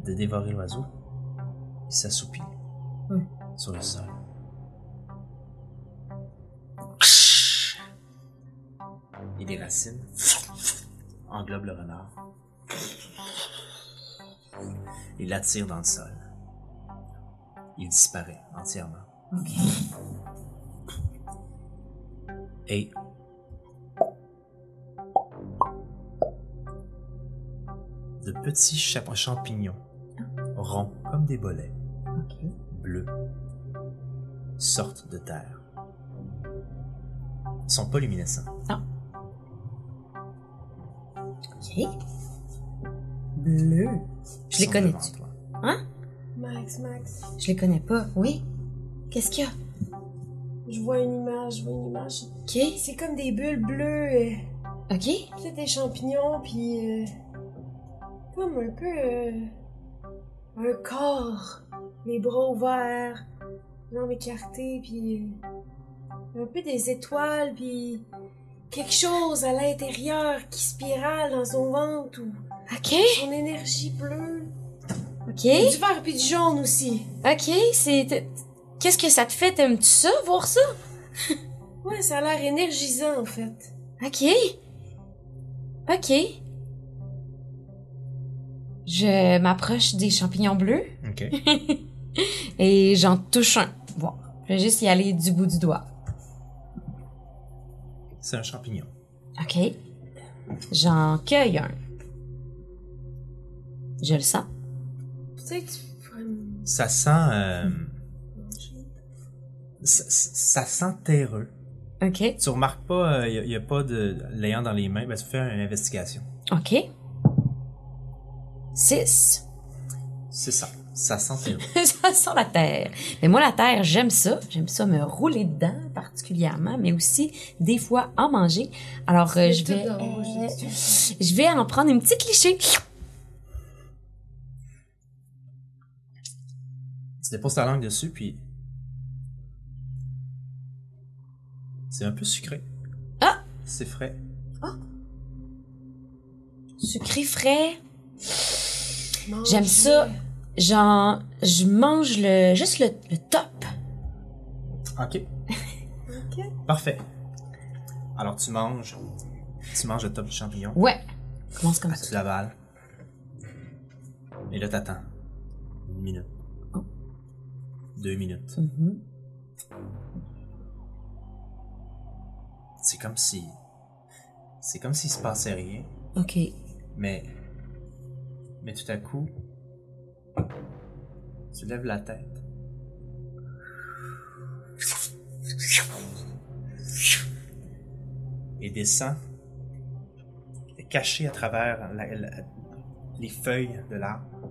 Speaker 1: de dévorer l'oiseau, il s'assoupit
Speaker 3: Hmm.
Speaker 1: sur le sol. Et des racines englobent le renard et l'attirent dans le sol. Il disparaît entièrement.
Speaker 3: Ok.
Speaker 1: Et. De petits cha- champignons, ronds comme des bolets,
Speaker 3: Ok.
Speaker 1: bleus, sortent de terre. Ils sont pas luminescents.
Speaker 3: Ok. Bleu.
Speaker 1: Ils
Speaker 3: Je les
Speaker 1: sont
Speaker 3: connais.
Speaker 1: devant toi.
Speaker 4: Max, Max,
Speaker 3: Je les connais pas. Oui. Qu'est-ce qu'il y a?
Speaker 4: je vois une image, je vois une image.
Speaker 3: Ok.
Speaker 4: C'est comme des bulles bleues, euh,
Speaker 3: Ok.
Speaker 4: peut-être des champignons, puis euh, comme un peu euh, un corps, les bras ouverts, jambes écartées, puis euh, un peu des étoiles, puis quelque chose à l'intérieur qui spirale dans son ventre ou
Speaker 3: Ok.
Speaker 4: son énergie bleue.
Speaker 3: Ok.
Speaker 4: Et du vert puis du jaune aussi.
Speaker 3: Ok. C'est. Qu'est-ce que ça te fait? T'aimes-tu ça, voir ça?
Speaker 4: Ouais, ça a l'air énergisant en fait.
Speaker 3: Ok. Ok. Je m'approche des champignons bleus
Speaker 1: Ok.
Speaker 3: et j'en touche un. Bon. Je vais juste y aller du bout du doigt.
Speaker 1: C'est un champignon.
Speaker 3: OK. J'en cueille un. Je le sens.
Speaker 4: Tu sais, tu pourrais me
Speaker 1: Ça sent. euh,
Speaker 4: manger.
Speaker 1: ça, ça sent terreux.
Speaker 3: OK.
Speaker 1: Tu remarques pas, il n'y a, pas de l'ayant dans les mains, ben, tu fais une investigation.
Speaker 3: OK. Six.
Speaker 1: C'est ça. Ça sent terreux.
Speaker 3: ça sent la terre. Mais moi, la terre, j'aime ça. J'aime ça me rouler dedans particulièrement, mais aussi des fois en manger. Alors, euh,
Speaker 4: Mais
Speaker 3: je
Speaker 4: tout
Speaker 3: vais,
Speaker 4: dans mon jeu,
Speaker 3: euh,
Speaker 4: tu-
Speaker 3: je vais en prendre une petite lichée.
Speaker 1: tu déposes ta langue dessus, puis. C'est un peu sucré.
Speaker 3: Ah!
Speaker 1: C'est frais.
Speaker 3: Sucré frais.
Speaker 4: Manger.
Speaker 3: J'aime ça. Genre, je mange le, juste le, le top.
Speaker 1: Ok. Parfait. Alors tu manges. Tu manges le top du champignon.
Speaker 3: Ouais. Commence comme
Speaker 1: Ah,
Speaker 3: ça.
Speaker 1: tu l'avales. Et là, t'attends. Une minute.
Speaker 3: Oh.
Speaker 1: Deux minutes.
Speaker 3: Mhm.
Speaker 1: C'est comme si. C'est comme s'il se passait rien,
Speaker 3: Ok.
Speaker 1: mais. Mais tout à coup. Tu lèves la tête. Et descend. Caché à travers la- la- les feuilles de l'arbre.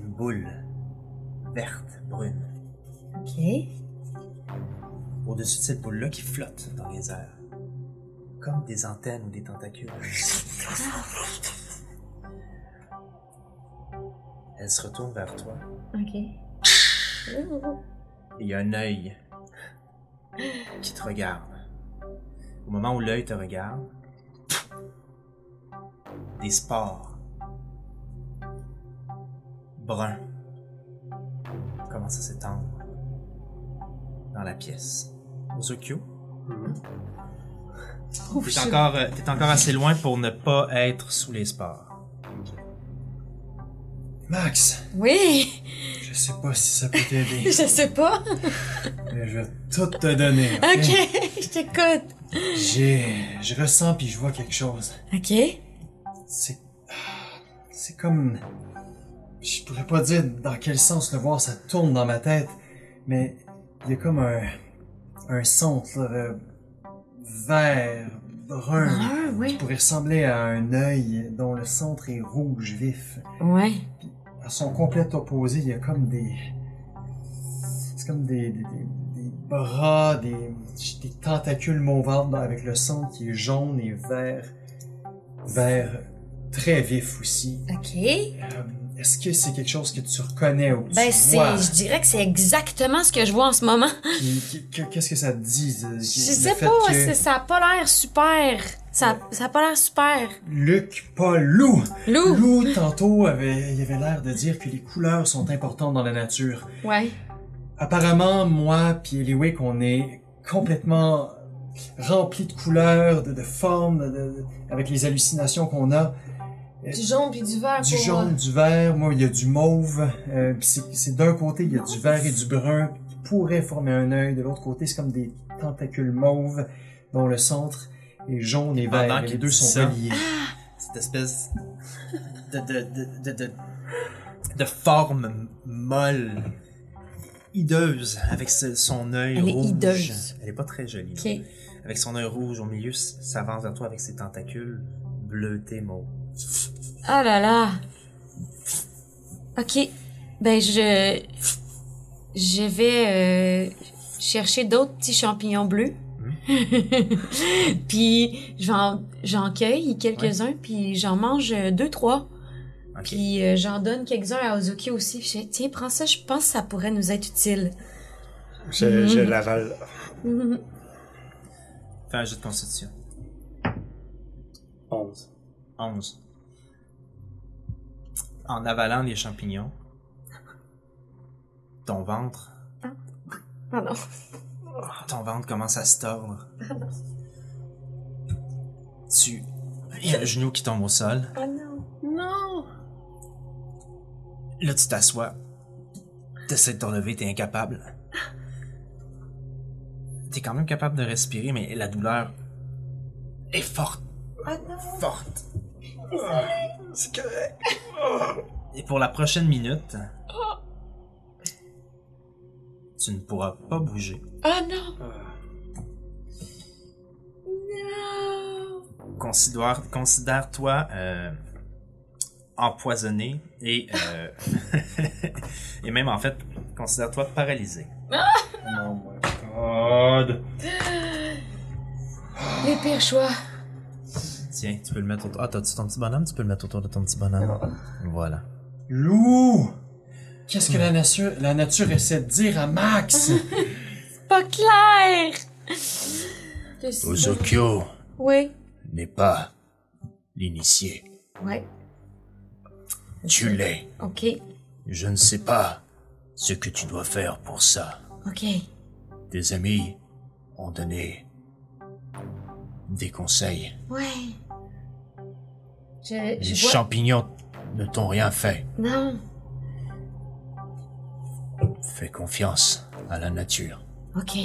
Speaker 1: Une boule verte, brune.
Speaker 3: Ok.
Speaker 1: au-dessus de cette boule-là qui flotte dans les airs. Comme des antennes ou des tentacules. Elle se retourne vers toi
Speaker 3: Ok.
Speaker 1: et il y a un œil qui te regarde. Au moment où l'œil te regarde, des spores bruns commencent à s'étendre dans la pièce. Ozokyo, T'es encore, euh, t'es encore assez loin pour ne pas être sous les spores.
Speaker 5: Max,
Speaker 3: Oui,
Speaker 5: je sais pas si ça peut
Speaker 3: je
Speaker 5: t'aider,
Speaker 3: sais pas.
Speaker 5: mais je vais tout te donner.
Speaker 3: Ok, je t'écoute.
Speaker 5: J'ai, je ressens puis je vois quelque chose.
Speaker 3: Ok.
Speaker 5: C'est, ah, c'est comme, je pourrais pas dire dans quel sens le voir, ça tourne dans ma tête, mais il y a comme un, un centre euh, vert, brun,
Speaker 3: Ah,
Speaker 5: qui
Speaker 3: ouais.
Speaker 5: pourrait ressembler à un œil dont le centre est rouge vif.
Speaker 3: Ouais.
Speaker 5: à son complet opposé, il y a comme des. C'est comme des, des, des- des bras, des, des tentacules mauvantes dans- avec le sang qui est jaune et vert. Vert très vif aussi.
Speaker 3: Ok.
Speaker 5: Euh, Est-ce que c'est quelque chose que tu reconnais ou que
Speaker 3: Ben,
Speaker 5: tu
Speaker 3: c'est,
Speaker 5: vois?
Speaker 3: je dirais que c'est exactement ce que je vois en ce moment.
Speaker 5: Qui- qui- que- Qu'est-ce que ça te dit? euh, le
Speaker 3: Je sais
Speaker 5: fait
Speaker 3: pas,
Speaker 5: que
Speaker 3: c'est- ça a pas l'air super. Ça, ça a pas l'air super.
Speaker 5: Luc, pas Lou!
Speaker 3: Lou.
Speaker 5: Lou, tantôt, avait, il avait l'air de dire que les couleurs sont importantes dans la nature.
Speaker 3: Ouais.
Speaker 5: Apparemment, moi puis Eliwick, on est complètement remplis de couleurs, de, de formes, de- de- avec les hallucinations qu'on a.
Speaker 4: Du jaune puis du
Speaker 3: Ah,
Speaker 4: vert
Speaker 5: Du
Speaker 3: euh,
Speaker 4: pour
Speaker 5: jaune, du vert, moi, il y a du mauve. euh, puis c'est c'est d'un côté, il y a du vert et du brun qui pourraient former un œil. De l'autre côté, c'est comme des tentacules mauves dont le centre est jaune et
Speaker 1: Pendant
Speaker 5: vert. et
Speaker 1: qu'il
Speaker 5: Les deux
Speaker 1: dit
Speaker 5: sont
Speaker 1: ça,
Speaker 5: reliés.
Speaker 1: Cette espèce de, de, de, de, de, de forme molle, hideuse, avec ce- son œil
Speaker 3: Elle est
Speaker 1: rouge.
Speaker 3: hideuse.
Speaker 1: Elle est pas très jolie.
Speaker 3: Ok.
Speaker 1: non? Avec son œil rouge au milieu, s- s'avance vers toi avec ses tentacules bleutés mauves.
Speaker 3: Ah là là. Ok. Ben je je vais euh, chercher d'autres petits champignons bleus. puis j'en j'en cueille quelques-uns puis j'en mange euh, deux trois.
Speaker 1: Ok.
Speaker 3: Puis euh, j'en donne quelques-uns à Ozuki aussi. Puis je dis, tiens prends ça, je pense que ça pourrait nous être utile.
Speaker 2: Je, je l'avale.
Speaker 3: Mhm.
Speaker 1: Fais un jeu de constitution.
Speaker 2: 11.
Speaker 1: 11. En avalant les champignons, ton ventre
Speaker 3: Pardon.
Speaker 1: Ton ventre commence à se tordre. Tu. Il y a le genou qui tombe au sol.
Speaker 7: Non!
Speaker 1: Là, tu t'assois. T'essaies de t'enlever, t'es incapable. t'es quand même capable de respirer, mais la douleur est forte,
Speaker 4: Ah non!
Speaker 1: forte. Ah,
Speaker 2: C'est correct.
Speaker 1: Et pour la prochaine minute, tu ne pourras pas bouger.
Speaker 3: Ah non!
Speaker 4: Non!
Speaker 1: Considère- Considère-toi euh, empoisonné et, euh, et même en fait, considère-toi paralysé.
Speaker 5: Non, my god.
Speaker 4: Les pires choix.
Speaker 1: Tiens, tu peux le mettre autour. Ah, t'as-tu ton petit bonhomme? Tu peux le mettre autour de ton petit bonhomme. Voilà.
Speaker 5: Lou! Qu'est-ce
Speaker 1: Hmm.
Speaker 5: que la nature, la nature essaie de dire à Max?
Speaker 3: Pas clair!
Speaker 4: Je sais.
Speaker 1: Ozokyo
Speaker 3: Oui.
Speaker 1: n'est pas l'initié.
Speaker 3: Ouais.
Speaker 1: Tu l'es.
Speaker 3: Ok.
Speaker 1: Je ne sais pas ce que tu dois faire pour ça.
Speaker 3: Ok.
Speaker 1: Tes amis ont donné des conseils.
Speaker 3: Ouais. Je,
Speaker 1: Les
Speaker 3: je vois.
Speaker 1: champignons ne t'ont rien fait.
Speaker 3: Non.
Speaker 1: Fais confiance à la nature.
Speaker 3: Ok.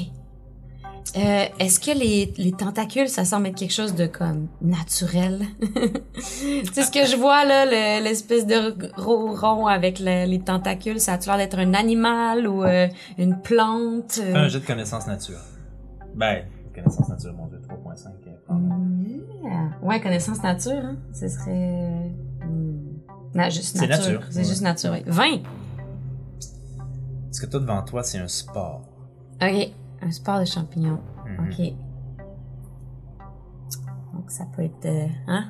Speaker 3: Euh, Est-ce que les, les tentacules, ça semble être quelque chose de comme naturel? C'est ce que je vois là, le- l'espèce de gros rond avec le- les tentacules. Ça a-tu l'air d'être un animal ou euh, une plante? euh?
Speaker 1: Un jeu de connaissance nature. Ben, connaissance nature, mon dieu, 3.5.
Speaker 3: Mhm.
Speaker 1: euh,
Speaker 3: Yeah. Hmm. Ouais, connaissance nature, hein? Ce serait. hmm, na- juste
Speaker 1: C'est
Speaker 3: nature.
Speaker 1: nature,
Speaker 3: C'est
Speaker 1: ouais.
Speaker 3: juste nature, oui. 20!
Speaker 1: Ce que t'as devant toi, c'est un sport.
Speaker 3: Ok. Un sport de champignons.
Speaker 1: Mhm.
Speaker 3: Ok. Donc, ça peut être. euh, hein?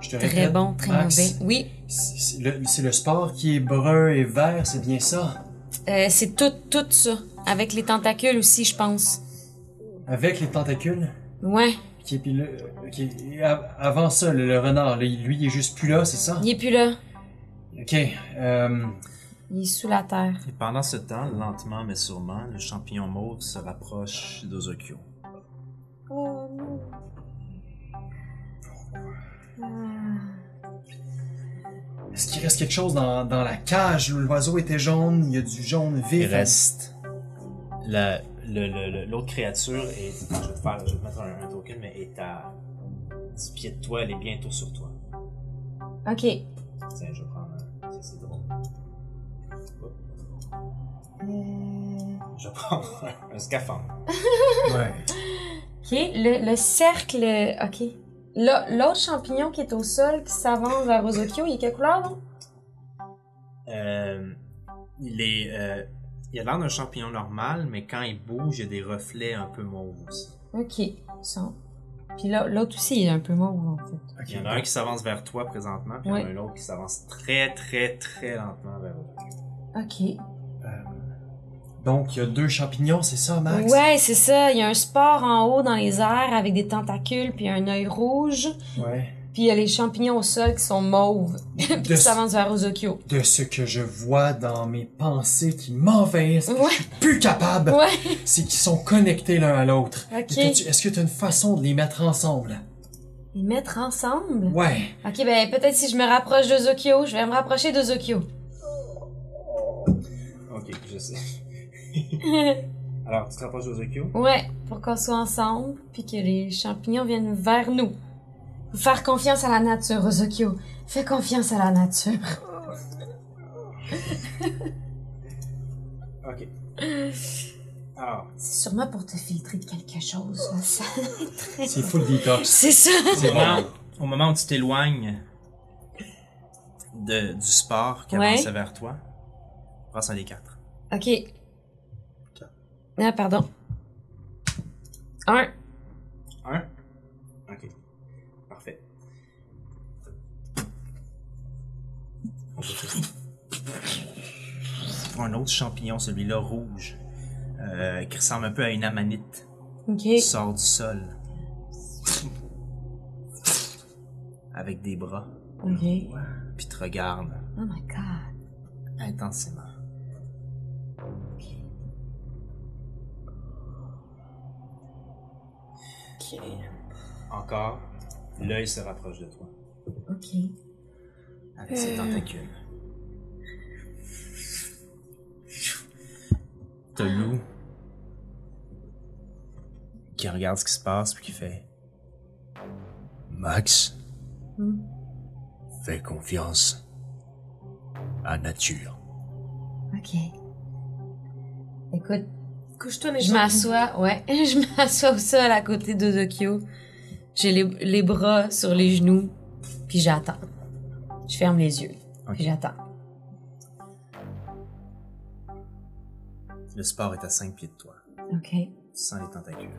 Speaker 5: Je te
Speaker 3: Très
Speaker 5: répète,
Speaker 3: bon, très
Speaker 5: Max,
Speaker 3: mauvais. Oui.
Speaker 5: C'est c'est le, c'est le sport qui est brun et vert, c'est bien ça?
Speaker 3: Euh, c'est tout, tout ça. Avec les tentacules aussi, je pense.
Speaker 5: Avec les tentacules?
Speaker 3: Ouais.
Speaker 5: Qui est, puis le- qui est- av- avant ça, le, le renard, là, il- lui, il est juste plus là, c'est ça?
Speaker 3: Il est plus là.
Speaker 5: Ok. euh,
Speaker 3: Il est sous la terre.
Speaker 1: Et pendant ce temps, lentement mais sûrement, le champignon mauve se rapproche d'Ozokyo.
Speaker 4: Oh non. Ah.
Speaker 5: Est-ce qu'il reste quelque chose dans, dans la cage? L'oiseau était jaune, il y a du jaune
Speaker 1: Il
Speaker 5: vif.
Speaker 1: reste. la- le- le- le- L'autre créature est. attends, je vais te faire, je vais te mettre un, un token, mais est à 10 pieds de toi, elle est bientôt sur toi.
Speaker 3: Ok.
Speaker 1: Tiens, je vais prendre. un- Ça, c'est drôle.
Speaker 3: Euh,
Speaker 1: Je vais prendre un scaphandre.
Speaker 5: Ouais.
Speaker 3: Ok, le, le cercle. euh, Ok. Là, L'autre champignon qui est au sol, qui s'avance vers Ozokyo, il est quelle couleur, là?
Speaker 1: Euh, il est. euh, il a l'air d'un champignon normal, mais quand il bouge, il y a des reflets un peu mauves aussi.
Speaker 3: Ok. Son. Puis là, l'autre aussi, il est un peu mauve, hein. en fait.
Speaker 5: Ok.
Speaker 1: Il y en a un qui s'avance vers toi présentement, puis il y en a un autre qui s'avance très, très, très lentement vers toi.
Speaker 3: Ok.
Speaker 5: Donc, il y a deux champignons, c'est ça, Max?
Speaker 3: Ouais, c'est ça. Il y a un sport en haut dans les airs avec des tentacules puis un œil rouge.
Speaker 5: Ouais.
Speaker 3: Puis il y a les champignons au sol qui sont mauves. puis
Speaker 5: De,
Speaker 3: qui s'avancent vers Ozokyo.
Speaker 5: de ce que je vois dans mes pensées qui m'envahissent, puis
Speaker 3: Ouais.
Speaker 5: je suis plus capable,
Speaker 3: Ouais.
Speaker 5: c'est qu'ils sont connectés l'un à l'autre.
Speaker 3: Ok.
Speaker 5: T'as-tu- Est-ce que tu as une façon de les mettre ensemble?
Speaker 3: Ils mettent ensemble.
Speaker 5: Ouais.
Speaker 3: Ok, ben peut-être si je me rapproche de Zokyo, je vais me rapprocher de Zokyo.
Speaker 1: Ok, je sais. Alors, tu te rapproches d'Ozokyo.
Speaker 3: ouais, pour qu'on soit ensemble, puis que les champignons viennent vers nous. Faut faire confiance à la nature, Ozokyo. Fais confiance à la nature.
Speaker 1: Ok. Alors,
Speaker 3: C'est sûrement pour te filtrer de quelque chose. là, ça.
Speaker 5: C'est full detox.
Speaker 3: C'est ça.
Speaker 1: au moment, au moment où tu t'éloignes de, du sport qui
Speaker 3: Ouais.
Speaker 1: avance vers toi, passe un des quatre.
Speaker 3: Ok. Ah, pardon. Un.
Speaker 1: Un. Ok. Parfait. Un autre champignon, celui-là rouge, euh, qui ressemble un peu à une amanite,
Speaker 3: Ok.
Speaker 1: sort du sol. Avec des bras,
Speaker 3: Ok.
Speaker 1: puis te regarde
Speaker 3: Oh my god.
Speaker 1: intensément.
Speaker 3: Ok.
Speaker 1: Encore, l'œil se rapproche de toi
Speaker 3: Ok.
Speaker 1: avec ses tentacules. T'as loup qui regarde ce qui se passe, puis qui fait
Speaker 8: Max,
Speaker 3: Hmm.
Speaker 8: fais confiance à nature.
Speaker 3: OK. Écoute,
Speaker 4: Couche-toi,
Speaker 3: je m'assois, ouais, je m'assois au sol à côté d'Ozokyo. J'ai les, les bras sur les genoux, puis j'attends. Je ferme les yeux,
Speaker 1: Ok.
Speaker 3: puis j'attends.
Speaker 1: Le sport est à 5 pieds de toi.
Speaker 3: OK.
Speaker 1: Tu sens les tentacules.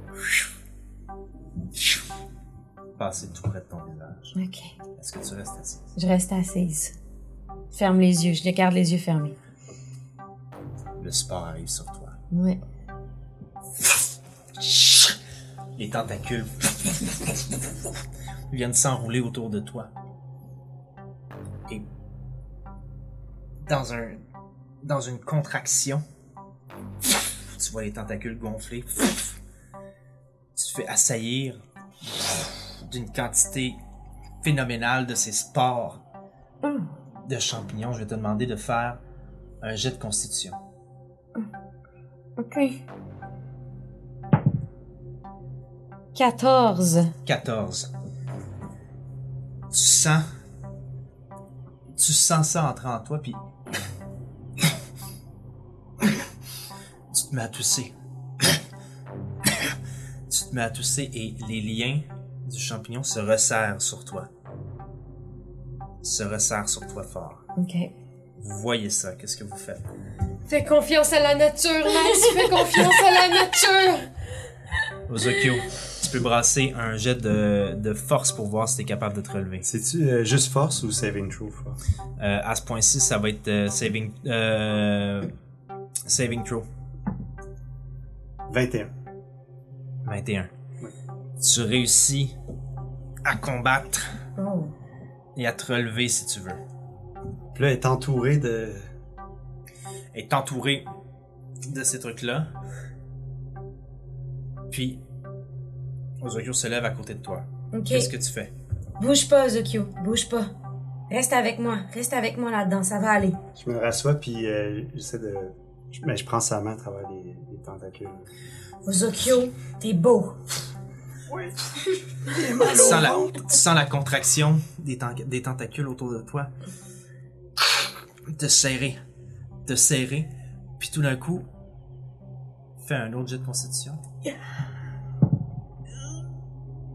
Speaker 1: Passer tout près de ton visage.
Speaker 3: OK.
Speaker 1: Est-ce que tu restes assise?
Speaker 3: Je reste assise. Je Ferme les yeux, je l'écarte les yeux fermés.
Speaker 1: Le sport arrive sur toi.
Speaker 3: Ouais.
Speaker 1: Les tentacules viennent s'enrouler autour de toi. Et dans un dans une contraction, tu vois les tentacules gonfler. Tu te fais assaillir d'une quantité phénoménale de ces spores de champignons. Je vais te demander de faire un jet de constitution.
Speaker 3: OK. 14.
Speaker 1: 14. Tu sens. Tu sens ça entrer en toi, puis. tu te mets à tousser. tu te mets à tousser et les liens du champignon se resserrent sur toi. Se resserrent sur toi fort.
Speaker 3: OK.
Speaker 1: Vous voyez ça, qu'est-ce que vous faites?
Speaker 4: Fais confiance à la nature, Max! Fais confiance à la nature!
Speaker 1: Ozokyo, tu peux brasser un jet de, de force pour voir si t'es capable de te relever.
Speaker 2: C'est-tu euh, juste force ou saving throw force?
Speaker 1: Euh, à ce point-ci, ça va être euh, saving, euh, saving throw
Speaker 2: 21.
Speaker 1: 21. Tu réussis à combattre
Speaker 3: Oh.
Speaker 1: et à te relever si tu veux.
Speaker 2: Puis là, elle est entourée de.
Speaker 1: Et t'entourer de ces trucs-là. Puis, Ozokyo se lève à côté de toi.
Speaker 3: OK.
Speaker 1: Qu'est-ce que tu fais?
Speaker 3: Bouge pas, Ozokyo. Bouge pas. Reste avec moi. Reste avec moi là-dedans. Ça va aller.
Speaker 2: Je me rassois, puis euh, j'essaie de. je- Mais je prends sa main à travers les, les tentacules.
Speaker 3: Ozokyo, t'es beau.
Speaker 1: Tu sens la, tu sens la contraction des, ten- des tentacules autour de toi. Te serrer. Te serrer. Puis tout d'un coup, fais un autre jet de constitution.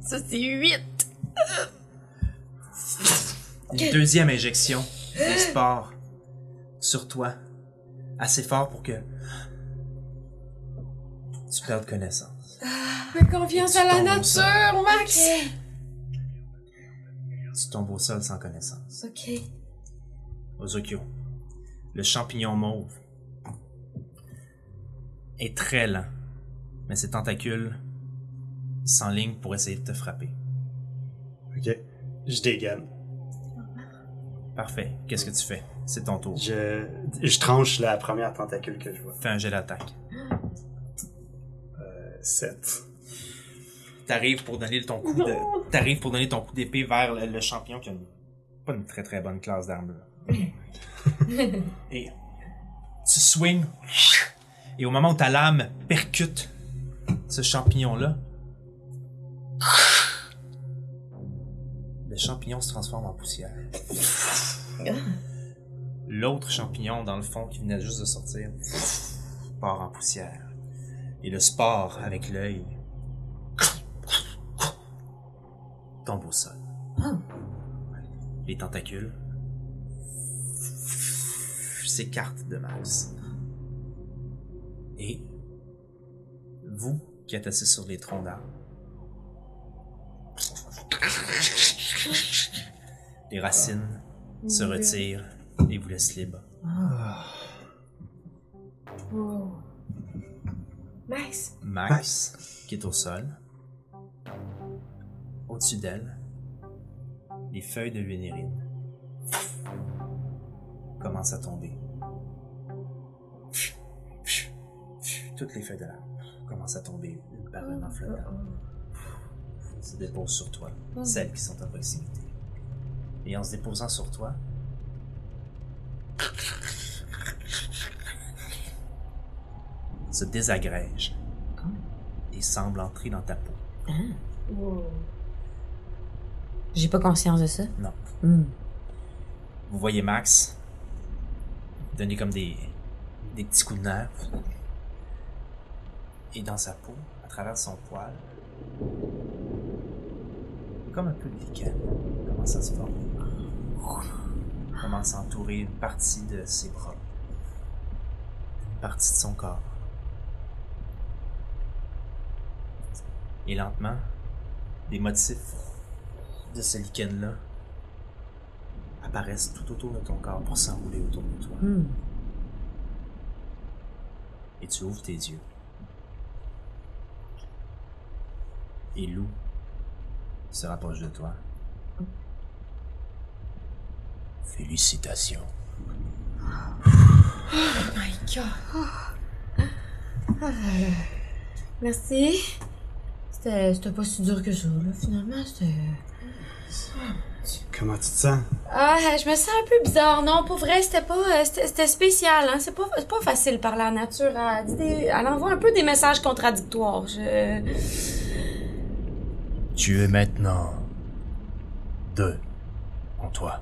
Speaker 3: Ça, c'est 8.
Speaker 1: Une deuxième injection de sport sur toi, assez fort pour que tu perdes connaissance.
Speaker 4: Fais confiance à la
Speaker 1: Ton sang.
Speaker 4: nature, Max!
Speaker 1: Tu tombes au sol sans connaissance.
Speaker 3: OK.
Speaker 1: Ozokyo, le champignon mauve est très lent, mais ses tentacules s'enlignent pour essayer de te frapper.
Speaker 2: Ok. Je dégaine.
Speaker 1: Parfait. Qu'est-ce que tu fais? C'est ton tour.
Speaker 2: Je, je tranche la première tentacule que je vois.
Speaker 1: Fais un jet d'attaque.
Speaker 2: 7.
Speaker 1: T'arrives pour donner ton coup de, t'arrives pour donner ton coup d'épée vers le, le champion qui a une- pas une très très bonne classe d'armure. et tu swings et au moment où ta lame percute ce champignon là, le champignon se transforme en poussière. L'autre champignon dans le fond qui venait juste de sortir part en poussière. Et le sport avec l'œil tombe au sol. Les tentacules s'écartent de Max. Et vous qui êtes assis sur les troncs d'arbres, les racines se retirent et vous laissent libre.
Speaker 4: Wow. Max,
Speaker 1: Max, qui est au sol. Au-dessus d'elle, les feuilles de vénérine commencent à tomber. Toutes les feuilles de l'arbre commencent à tomber une par une en flottant. Se déposent sur toi, celles qui sont à proximité. Et en se déposant sur toi, se désagrègent
Speaker 9: et semble entrer dans ta peau.
Speaker 4: Wow.
Speaker 3: Hein? J'ai pas conscience de ça.
Speaker 9: Non.
Speaker 3: Hmm.
Speaker 9: Vous voyez Max donner comme des, des petits coups de nerf. Et dans sa peau, à travers son poil, comme un peu de lichen, commence à se former. Commence à entourer une partie de ses bras, une partie de son corps. Et lentement, des motifs de ce lichen-là apparaissent tout autour de ton corps pour s'enrouler autour de toi.
Speaker 3: Hmm.
Speaker 9: Et tu ouvres tes yeux. Et Lou se rapproche de toi.
Speaker 1: Félicitations.
Speaker 3: Ah, Merci. C'était c'était pas si dur que ça, là. Finalement, c'était.
Speaker 2: Comment tu te sens?
Speaker 3: Ah, je me sens un peu bizarre. Non, pour vrai, c'était pas. euh, C'était c'était spécial, hein. C'est pas, c'est pas facile par la nature. Elle, dit des- elle envoie un peu des messages contradictoires. Je.
Speaker 1: Tu es maintenant deux en toi.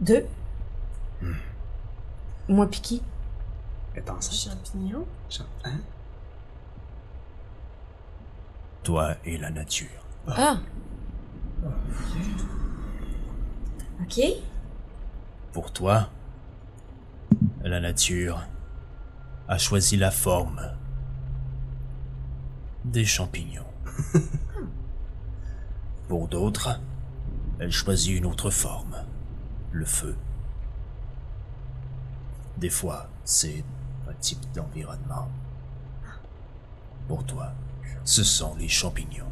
Speaker 3: Deux? Moi pis qui?
Speaker 2: Elle est enceinte.
Speaker 4: Champignon.
Speaker 2: Genre, Hein?
Speaker 1: Toi et la nature.
Speaker 3: Ah! Ok.
Speaker 1: Pour toi, la nature a choisi la forme des champignons. Pour d'autres, elle choisit une autre forme, le feu. Des fois, c'est un type d'environnement. Pour toi, ce sont les champignons.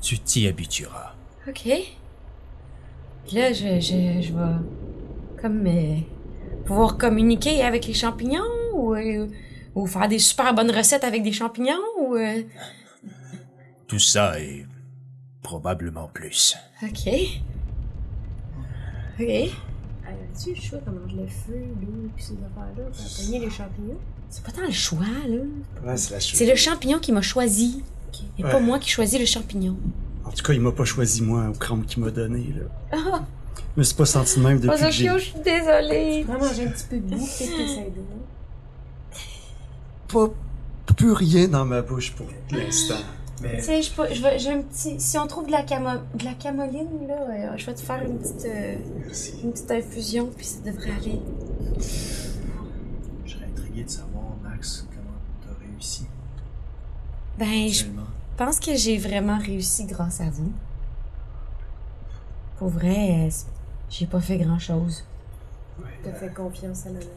Speaker 1: Tu t'y habitueras.
Speaker 3: Ok. Puis là, je, je, je vais comme euh, pouvoir communiquer avec les champignons ou, euh, ou faire des super bonnes recettes avec des champignons ou... euh,
Speaker 1: Tout ça et probablement plus.
Speaker 3: Ok. Ok.
Speaker 4: As-tu le choix comme entre le feu, l'eau et ces affaires-là pour pogner les champignons?
Speaker 3: C'est pas tant le choix, là.
Speaker 2: Ouais, c'est la chose.
Speaker 3: C'est le champignon qui m'a choisi. Et pas
Speaker 2: Ouais.
Speaker 3: moi qui choisis le champignon.
Speaker 2: En tout cas, il m'a pas choisi, moi, au crampe qu'il m'a donné, là.
Speaker 3: Ah.
Speaker 2: Je me suis pas senti de même depuis que j'ai...
Speaker 3: Ozokyo, je suis désolée.
Speaker 4: Vraiment, j'ai un petit peu de boue, peut-être que ça aide. hein.
Speaker 2: pas plus rien dans ma bouche pour l'instant.
Speaker 5: Mais
Speaker 3: Tu sais, je peux- je vais- j'ai un petit... Si on trouve de la, camo... de la camoline, là, euh, je vais te faire une petite... euh,
Speaker 2: Merci.
Speaker 3: Une petite infusion, puis ça devrait aller.
Speaker 5: je serais intrigué de savoir, Max, comment t'as réussi
Speaker 3: Ben, je
Speaker 5: actuellement.
Speaker 3: pense que j'ai vraiment réussi grâce à vous. Pour vrai, euh, c'est- j'ai pas fait grand-chose.
Speaker 4: T'as fait confiance à la nature.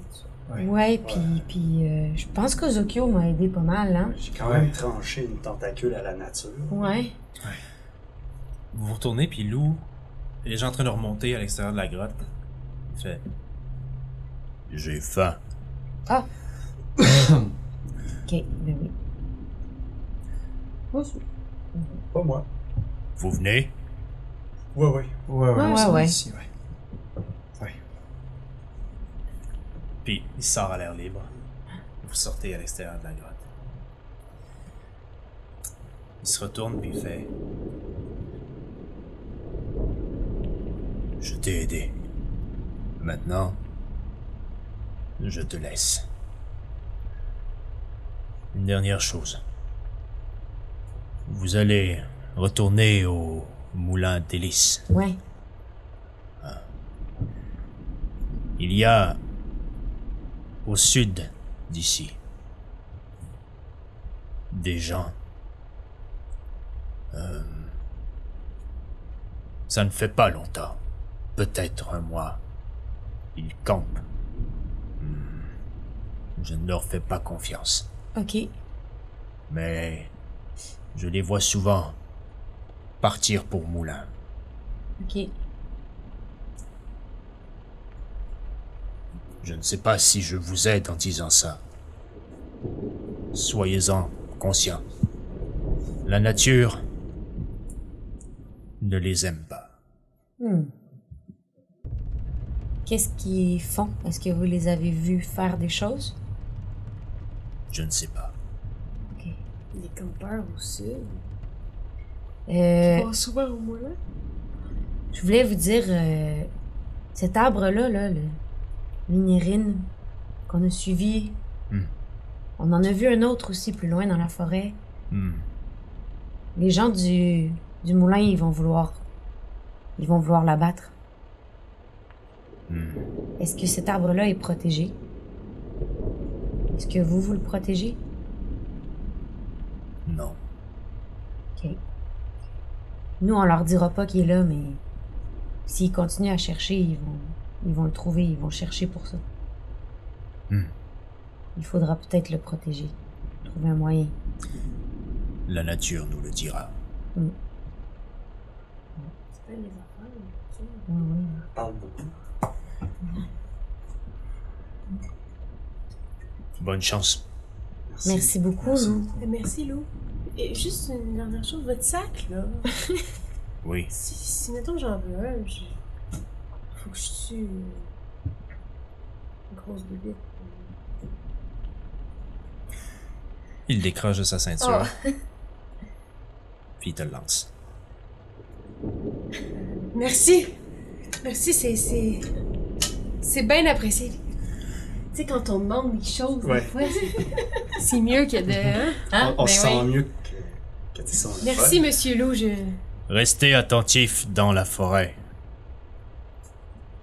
Speaker 5: Ouais.
Speaker 3: Ouais, puis puis euh, je pense qu'Ozokyo m'a aidé pas mal, hein?
Speaker 2: J'ai quand même tranché une tentacule à la nature.
Speaker 3: Ouais.
Speaker 9: Vous vous retournez, puis Lou est déjà en train de remonter à l'extérieur de la grotte. Il fait
Speaker 1: J'ai faim.
Speaker 3: Ok, ben oui.
Speaker 2: Pas moi.
Speaker 1: Vous venez
Speaker 2: Ouais, ouais.
Speaker 5: Ouais,
Speaker 3: Ouais,
Speaker 5: ouais, on
Speaker 3: ouais,
Speaker 5: s'en va
Speaker 3: ouais.
Speaker 5: ici, ouais.
Speaker 9: Puis il sort à l'air libre. Vous sortez à l'extérieur de la grotte. Il se retourne puis il fait
Speaker 1: Je t'ai aidé. Maintenant, je te laisse. Une dernière chose. Vous allez retourner au moulin d'hélice.
Speaker 3: Ouais.
Speaker 1: Il y a au sud d'ici des gens. Euh, ça ne fait pas longtemps, peut-être un mois. Ils campent. Hmm, Je ne leur fais pas confiance,
Speaker 3: Ok.
Speaker 1: mais je les vois souvent partir pour Moulin.
Speaker 3: Ok.
Speaker 1: Je ne sais pas si je vous aide en disant ça. Soyez-en conscients. La nature ne les aime pas.
Speaker 3: Hmm. Qu'est-ce qu'ils font? Est-ce que vous les avez vus faire des choses?
Speaker 8: Je ne sais pas.
Speaker 7: Les campeurs au sud.
Speaker 3: Euh,
Speaker 7: Ils vont souvent au moulin.
Speaker 3: Je voulais vous dire, euh, cet arbre-là, là, le minérine qu'on a suivi,
Speaker 1: Hmm.
Speaker 3: on en a vu un autre aussi plus loin dans la forêt.
Speaker 1: Hmm.
Speaker 3: Les gens du, du moulin, ils vont vouloir, ils vont vouloir l'abattre.
Speaker 1: Hmm.
Speaker 3: Est-ce que cet arbre-là est protégé? Est-ce que vous, vous le protégez?
Speaker 8: Non.
Speaker 3: Nous, on leur dira pas qu'il est là, mais s'ils continuent à chercher, ils vont, ils vont le trouver, ils vont chercher pour ça.
Speaker 1: Hmm.
Speaker 3: Il faudra peut-être le protéger, trouver un moyen.
Speaker 8: La nature nous le dira.
Speaker 7: C'est pas les enfants, mais tu
Speaker 3: Oui, oui.
Speaker 5: Parle beaucoup.
Speaker 8: Bonne chance.
Speaker 3: Merci beaucoup, Lou.
Speaker 7: sais. Euh, Merci, Lou. Et juste une dernière chose, votre sac, là.
Speaker 8: Oui.
Speaker 7: Si, si mettons, j'en veux un, je... faut que je tue une grosse bébite.
Speaker 1: Il décroche de sa ceinture.
Speaker 3: Oh.
Speaker 8: Puis il te le lance.
Speaker 7: Merci! Merci, c'est. C'est, c'est bien apprécié. Tu sais, quand on demande des choses,
Speaker 5: Ouais.
Speaker 7: des fois, c'est, c'est mieux que de. hein? Hein?
Speaker 5: on on
Speaker 7: Ben
Speaker 5: se sent
Speaker 7: oui.
Speaker 5: mieux que, que tu sens.
Speaker 7: Merci, monsieur Lou, je.
Speaker 8: Restez attentifs dans la forêt.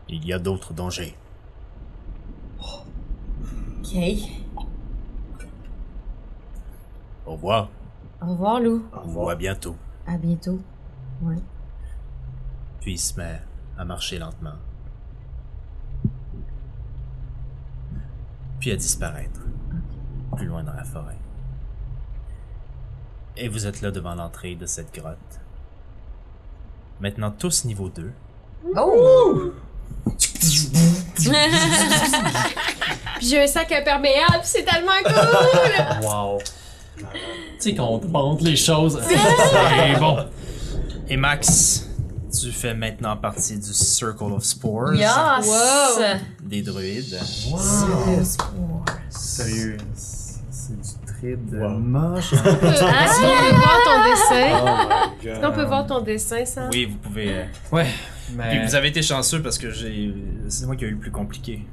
Speaker 8: Il y a d'autres dangers.
Speaker 3: OK.
Speaker 8: Au revoir.
Speaker 3: Au revoir, Lou.
Speaker 8: On vous voit bientôt.
Speaker 3: À bientôt. Ouais.
Speaker 8: Puis il se met à marcher lentement. Puis à disparaître. Plus loin dans la forêt. Et vous êtes là devant l'entrée de cette grotte. Maintenant tous niveau 2.
Speaker 3: Oh!
Speaker 7: Puis j'ai un sac imperméable, c'est tellement cool!
Speaker 5: Wow. tu sais, quand on te montre les choses.
Speaker 1: Et bon. Et Max, tu fais maintenant partie du Circle of Spores
Speaker 3: Yes!
Speaker 1: des druides.
Speaker 5: wow.
Speaker 1: Sérieux.
Speaker 5: Sérieux. C'est du trip de
Speaker 1: Wow.
Speaker 5: moche.
Speaker 7: Hein? Est-ce qu'on peut voir ton dessin?
Speaker 5: Ah! Oh my
Speaker 7: Est-ce qu'on peut voir ton dessin, ça?
Speaker 1: Oui, vous pouvez. euh,
Speaker 5: Ouais.
Speaker 1: Puis
Speaker 5: Mais
Speaker 1: vous avez été chanceux parce que j'ai. C'est moi qui ai eu le plus compliqué.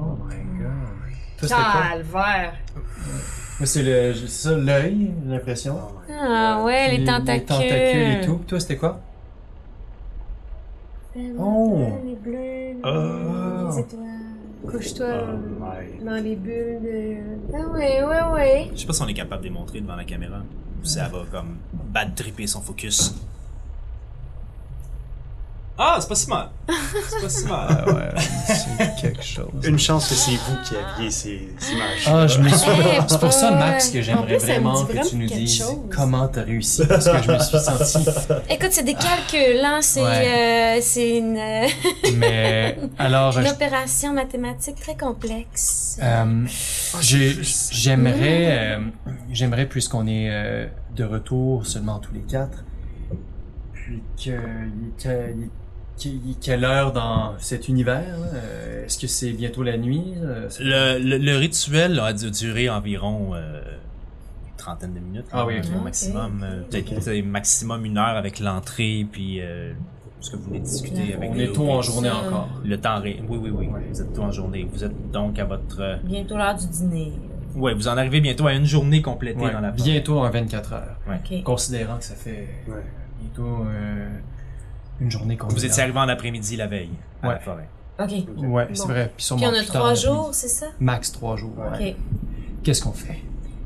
Speaker 5: Oh my god. Toi, c'était quoi?
Speaker 7: Calvaire! euh,
Speaker 5: Moi, c'est le, c'est ça, l'œil, j'ai l'impression.
Speaker 3: Ah ouais, les,
Speaker 5: Puis
Speaker 3: tentacules.
Speaker 5: Les tentacules et tout. Puis Toi, c'était quoi? Oh!
Speaker 4: Les bleus,
Speaker 2: Oh,
Speaker 5: Ah.
Speaker 4: les étoiles.
Speaker 7: Couche-toi
Speaker 5: my.
Speaker 7: dans les bulles de.
Speaker 3: Ah ouais, ouais, ouais.
Speaker 1: Je sais pas si on est capable de les montrer devant la caméra. Ça va comme bad tripper son focus. Ah, c'est pas si mal! C'est pas si mal!
Speaker 5: ouais, c'est quelque chose.
Speaker 2: Une chance que c'est vous qui aviez ces ces images.
Speaker 5: Ah, je me suis.
Speaker 3: Eh,
Speaker 5: C'est pour ça, Max,
Speaker 3: ouais.
Speaker 5: que j'aimerais
Speaker 7: En plus, elle me
Speaker 5: vraiment
Speaker 7: dit
Speaker 5: que tu
Speaker 7: vraiment
Speaker 5: nous
Speaker 7: quelque
Speaker 5: dises
Speaker 7: chose.
Speaker 5: comment t'as réussi, parce que je me suis senti.
Speaker 3: Écoute, c'est des calculs, hein. C'est euh, c'est une, euh,
Speaker 5: Mais alors, je-
Speaker 3: une opération mathématique très complexe.
Speaker 5: euh, j'ai- j'aimerais, euh, j'aimerais puisqu'on est euh, de retour seulement tous les quatre, puis que il est que- il est- qu'il est quelle heure dans cet univers là? Euh, Est-ce que c'est bientôt la nuit euh, c'est-
Speaker 1: Le, le- le rituel a dû durer environ euh, une trentaine de minutes.
Speaker 5: Ah oui,
Speaker 1: hein,
Speaker 5: ok.
Speaker 1: au maximum. euh, Peut-être peut-être maximum une heure avec l'entrée, puis euh, ce que vous venez de discuter avec
Speaker 5: On
Speaker 1: les
Speaker 5: est tôt en
Speaker 1: loups.
Speaker 5: journée
Speaker 3: ça.
Speaker 5: encore.
Speaker 1: Le temps ré... Oui, oui, oui. Vous êtes tôt en journée. Vous êtes donc à votre. euh,
Speaker 3: Bientôt l'heure du dîner.
Speaker 1: Ouais, vous en arrivez bientôt à une journée complétée
Speaker 5: Ouais,
Speaker 1: dans la forêt.
Speaker 5: bientôt en 24 heures.
Speaker 3: OK.
Speaker 5: Considérant que ça fait
Speaker 2: Ouais.
Speaker 5: bientôt euh, une journée qu'on
Speaker 1: Vous
Speaker 5: est
Speaker 1: étiez arrivé en après-midi la veille à la
Speaker 5: Ouais.
Speaker 1: forêt.
Speaker 3: OK. Puis
Speaker 5: là. Ouais, c'est vrai. Puis, sûrement
Speaker 3: on a
Speaker 5: plus tard
Speaker 3: trois
Speaker 5: la nuit.
Speaker 3: jours, c'est ça?
Speaker 5: Max trois jours. ouais.
Speaker 3: OK.
Speaker 5: Qu'est-ce qu'on fait?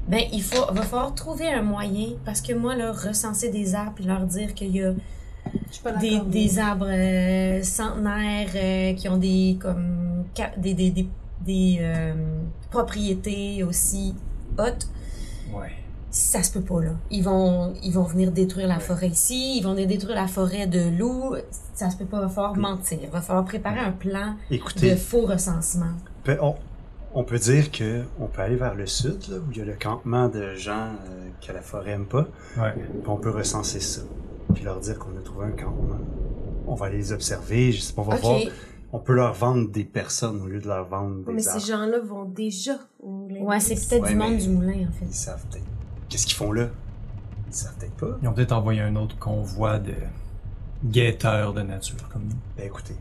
Speaker 3: Ben, il faut, va falloir trouver un moyen, parce que moi, là, recenser des arbres et leur dire qu'il y a
Speaker 7: Je suis pas
Speaker 3: des,
Speaker 7: d'accord.
Speaker 3: des arbres euh, centenaires euh, qui ont des comme ca- des, des, des, des, euh, propriétés aussi hautes.
Speaker 5: Ouais.
Speaker 3: Ça se peut pas là. Ils vont ils vont venir détruire la forêt ici, ils vont venir détruire la forêt de loup. Ça se peut pas. Va falloir mentir. Va falloir préparer un plan de
Speaker 2: Écoutez,
Speaker 3: faux recensement.
Speaker 2: pe- on, on peut dire que on peut aller vers le sud, là, où il y a le campement de gens euh, que la forêt aime pas,
Speaker 5: Ouais.
Speaker 2: puis on peut recenser ça, puis leur dire qu'on a trouvé un campement. On va aller les observer, je sais pas, on va voir. On peut leur vendre des personnes au lieu de leur vendre
Speaker 4: Oh, Mais
Speaker 2: des
Speaker 4: ces
Speaker 2: arbres.
Speaker 4: gens-là vont déjà au Moulin
Speaker 3: Ouais,
Speaker 4: Rouge.
Speaker 3: c'est peut-être
Speaker 2: Ouais,
Speaker 3: du monde
Speaker 2: mais-
Speaker 3: du moulin, en
Speaker 2: Ils
Speaker 3: fait.
Speaker 2: savent peut-être. Qu'est-ce qu'ils font là? Ils savent peut-être pas.
Speaker 5: Ils ont peut-être envoyé un autre convoi de guetteurs de nature comme nous.
Speaker 2: Ben écoutez,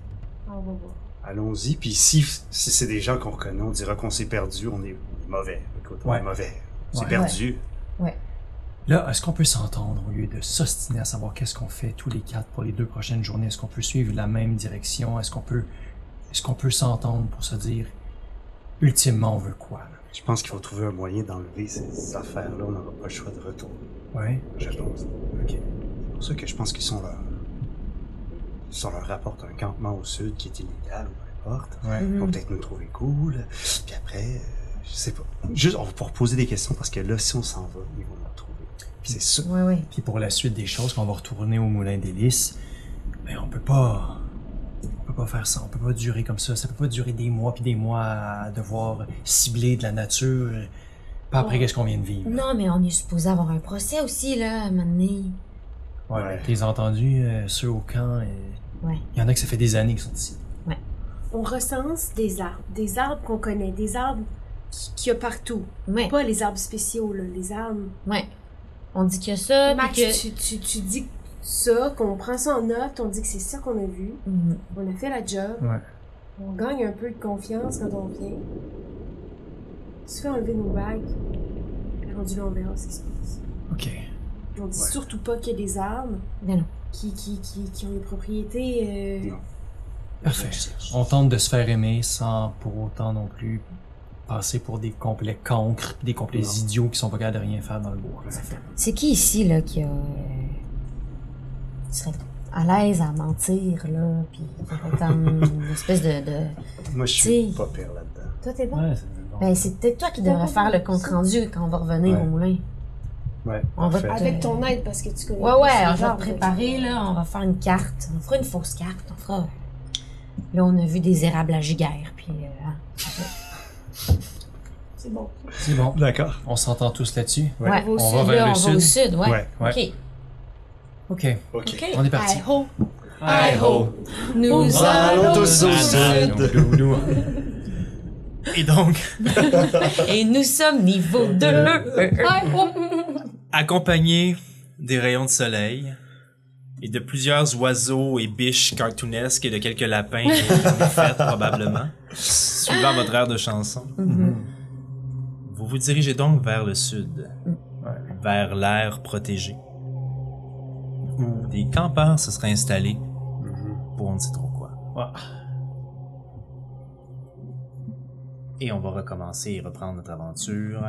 Speaker 4: On va voir.
Speaker 2: allons-y. Puis si, si c'est des gens qu'on reconnaît, on dira qu'on s'est perdu, on est on est mauvais. Écoute, on
Speaker 5: Ouais.
Speaker 2: est mauvais. On s'est
Speaker 5: Ouais.
Speaker 2: perdu.
Speaker 5: Là, est-ce qu'on peut s'entendre au lieu de s'ostiner à savoir qu'est-ce qu'on fait tous les quatre pour les deux prochaines journées? Est-ce qu'on peut suivre la même direction? Est-ce qu'on peut, est-ce qu'on peut s'entendre pour se dire ultimement on veut quoi? là?
Speaker 2: Je pense qu'il faut trouver un moyen d'enlever ces, ces affaires-là. On n'aura pas le choix de retour.
Speaker 5: Ouais.
Speaker 2: Je pense.
Speaker 5: Ok.
Speaker 2: C'est pour ça que je pense qu'ils sont leur. Ils sont leur rapporte un campement au sud qui est illégal ou peu importe.
Speaker 5: Ouais.
Speaker 2: Ils vont
Speaker 3: Mhm.
Speaker 2: peut-être nous trouver cool. Puis après, euh, je sais pas. Juste, on va pouvoir poser des questions parce que là, si on s'en va, ils vont nous retrouver. Puis c'est ça.
Speaker 3: Ouais, ouais.
Speaker 5: Puis pour la suite des choses, quand on va retourner au Moulin des Lys, ben on peut pas. On peut pas faire ça, on peut pas durer comme ça. Ça peut pas durer des mois puis des mois à devoir cibler de la nature. Pas après qu'est-ce qu'on vient de vivre.
Speaker 3: Non, mais on est supposé avoir un procès aussi, là, à un moment donné.
Speaker 5: Ouais,
Speaker 2: Ouais.
Speaker 5: mais t'es entendu, euh, ceux au camp, euh,
Speaker 3: Ouais.
Speaker 5: il y en a que ça fait des années qu'ils sont ici.
Speaker 4: On recense des arbres, des arbres qu'on connaît, des arbres qui- qu'il y a partout.
Speaker 3: Ouais,
Speaker 4: Pas les arbres spéciaux, là, les arbres.
Speaker 3: ouais. On dit que ça, puis
Speaker 4: Max,
Speaker 3: Ah, que...
Speaker 4: tu, tu, tu dis ça, qu'on prend ça en note, on dit que c'est ça qu'on a vu,
Speaker 3: Mhm.
Speaker 4: on a fait la job,
Speaker 5: Ouais.
Speaker 4: on gagne un peu de confiance quand on vient. On se fait enlever nos bagues, et rendu là, on verra ce qui se passe.
Speaker 5: Ok.
Speaker 4: On dit
Speaker 2: Ouais.
Speaker 4: surtout pas qu'il y a des arbres
Speaker 3: Ben non.
Speaker 4: qui, qui, qui, qui ont des propriétés. euh,
Speaker 2: Non.
Speaker 5: Parfait. On tente de se faire aimer sans pour autant non plus passer pour des complets cancres, des complets
Speaker 2: Non.
Speaker 5: idiots qui sont pas capables de rien faire dans le bois.
Speaker 3: C'est qui ici, là, qui a. euh, qui serait à l'aise à mentir, là, pis qui aurait comme une espèce de. de-
Speaker 2: Moi, je
Speaker 3: Si.
Speaker 2: suis pas pire là-dedans.
Speaker 4: Toi, t'es bon?
Speaker 5: Ouais, c'est bon.
Speaker 3: Ben, c'est peut-être toi qui devrais faire le compte-rendu quand on va revenir
Speaker 2: Ouais.
Speaker 3: au moulin.
Speaker 2: Ouais.
Speaker 3: On va
Speaker 2: parfait.
Speaker 3: te-
Speaker 4: Avec ton aide, parce que tu connais.
Speaker 3: Ouais,
Speaker 4: plus
Speaker 3: ouais,
Speaker 4: les
Speaker 3: on va
Speaker 4: arbres,
Speaker 3: te préparer, là, on va faire une carte. On fera une fausse carte, on fera. Là, on a vu des érables à giguère, puis. euh, hein.
Speaker 4: C'est bon.
Speaker 5: C'est bon.
Speaker 2: D'accord.
Speaker 5: On s'entend tous là-dessus.
Speaker 2: Ouais.
Speaker 3: Ouais,
Speaker 5: On
Speaker 3: au
Speaker 5: va
Speaker 3: sud, là,
Speaker 5: vers le
Speaker 3: on va au sud, ouais.
Speaker 2: Ouais,
Speaker 5: ouais. Ok.
Speaker 2: Ok.
Speaker 3: OK.
Speaker 5: On est parti.
Speaker 4: Hey, ho!
Speaker 5: Hi
Speaker 3: ho. Nous
Speaker 2: allons tous au sud.
Speaker 1: Et donc,
Speaker 3: Et nous sommes niveau 2.
Speaker 1: accompagné des rayons de soleil et de plusieurs oiseaux et biches cartoonesques et de quelques lapins faites probablement, suivant votre air de chanson.
Speaker 3: Mm-hmm.
Speaker 1: Vous vous dirigez donc vers le sud, vers l'air protégé, où des campeurs se seraient installés pour on ne sait trop quoi. Et on va recommencer et reprendre notre aventure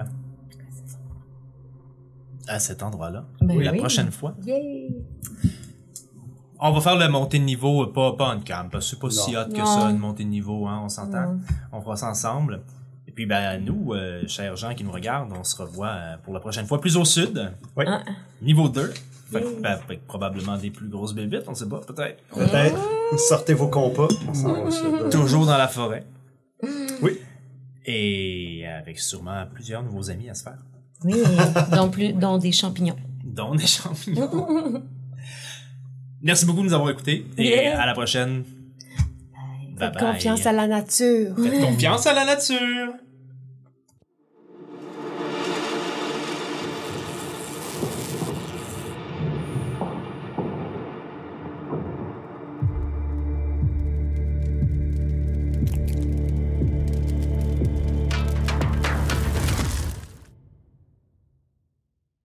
Speaker 1: à cet endroit-là.
Speaker 3: Ben
Speaker 1: la
Speaker 3: oui.
Speaker 1: prochaine fois.
Speaker 3: Yay!
Speaker 1: On va faire la montée de niveau, euh, pas, pas en camp, parce que c'est pas si hot que ça,
Speaker 3: Non.
Speaker 1: une montée de niveau, hein, on s'entend.
Speaker 3: Non.
Speaker 1: On fera ça ensemble. Et puis, ben, nous, euh, chers gens qui nous regardent, on se revoit euh, pour la prochaine fois plus au sud.
Speaker 2: Oui.
Speaker 3: Ah.
Speaker 1: Niveau 2. Fait que, ben, fait que probablement des plus grosses bébites, on sait pas, peut-être.
Speaker 2: Peut-être. Sortez vos compas. On s'en va au sud.
Speaker 1: Toujours dans la forêt.
Speaker 2: Euh, Oui.
Speaker 1: Et avec sûrement plusieurs nouveaux amis à se faire.
Speaker 3: Oui, dont, plus, dont des champignons.
Speaker 1: Dont des champignons. Merci beaucoup de nous avoir écoutés. Et
Speaker 3: Yeah.
Speaker 1: à la prochaine. Bye bye.
Speaker 4: Confiance à la nature.
Speaker 1: Faites confiance à la nature.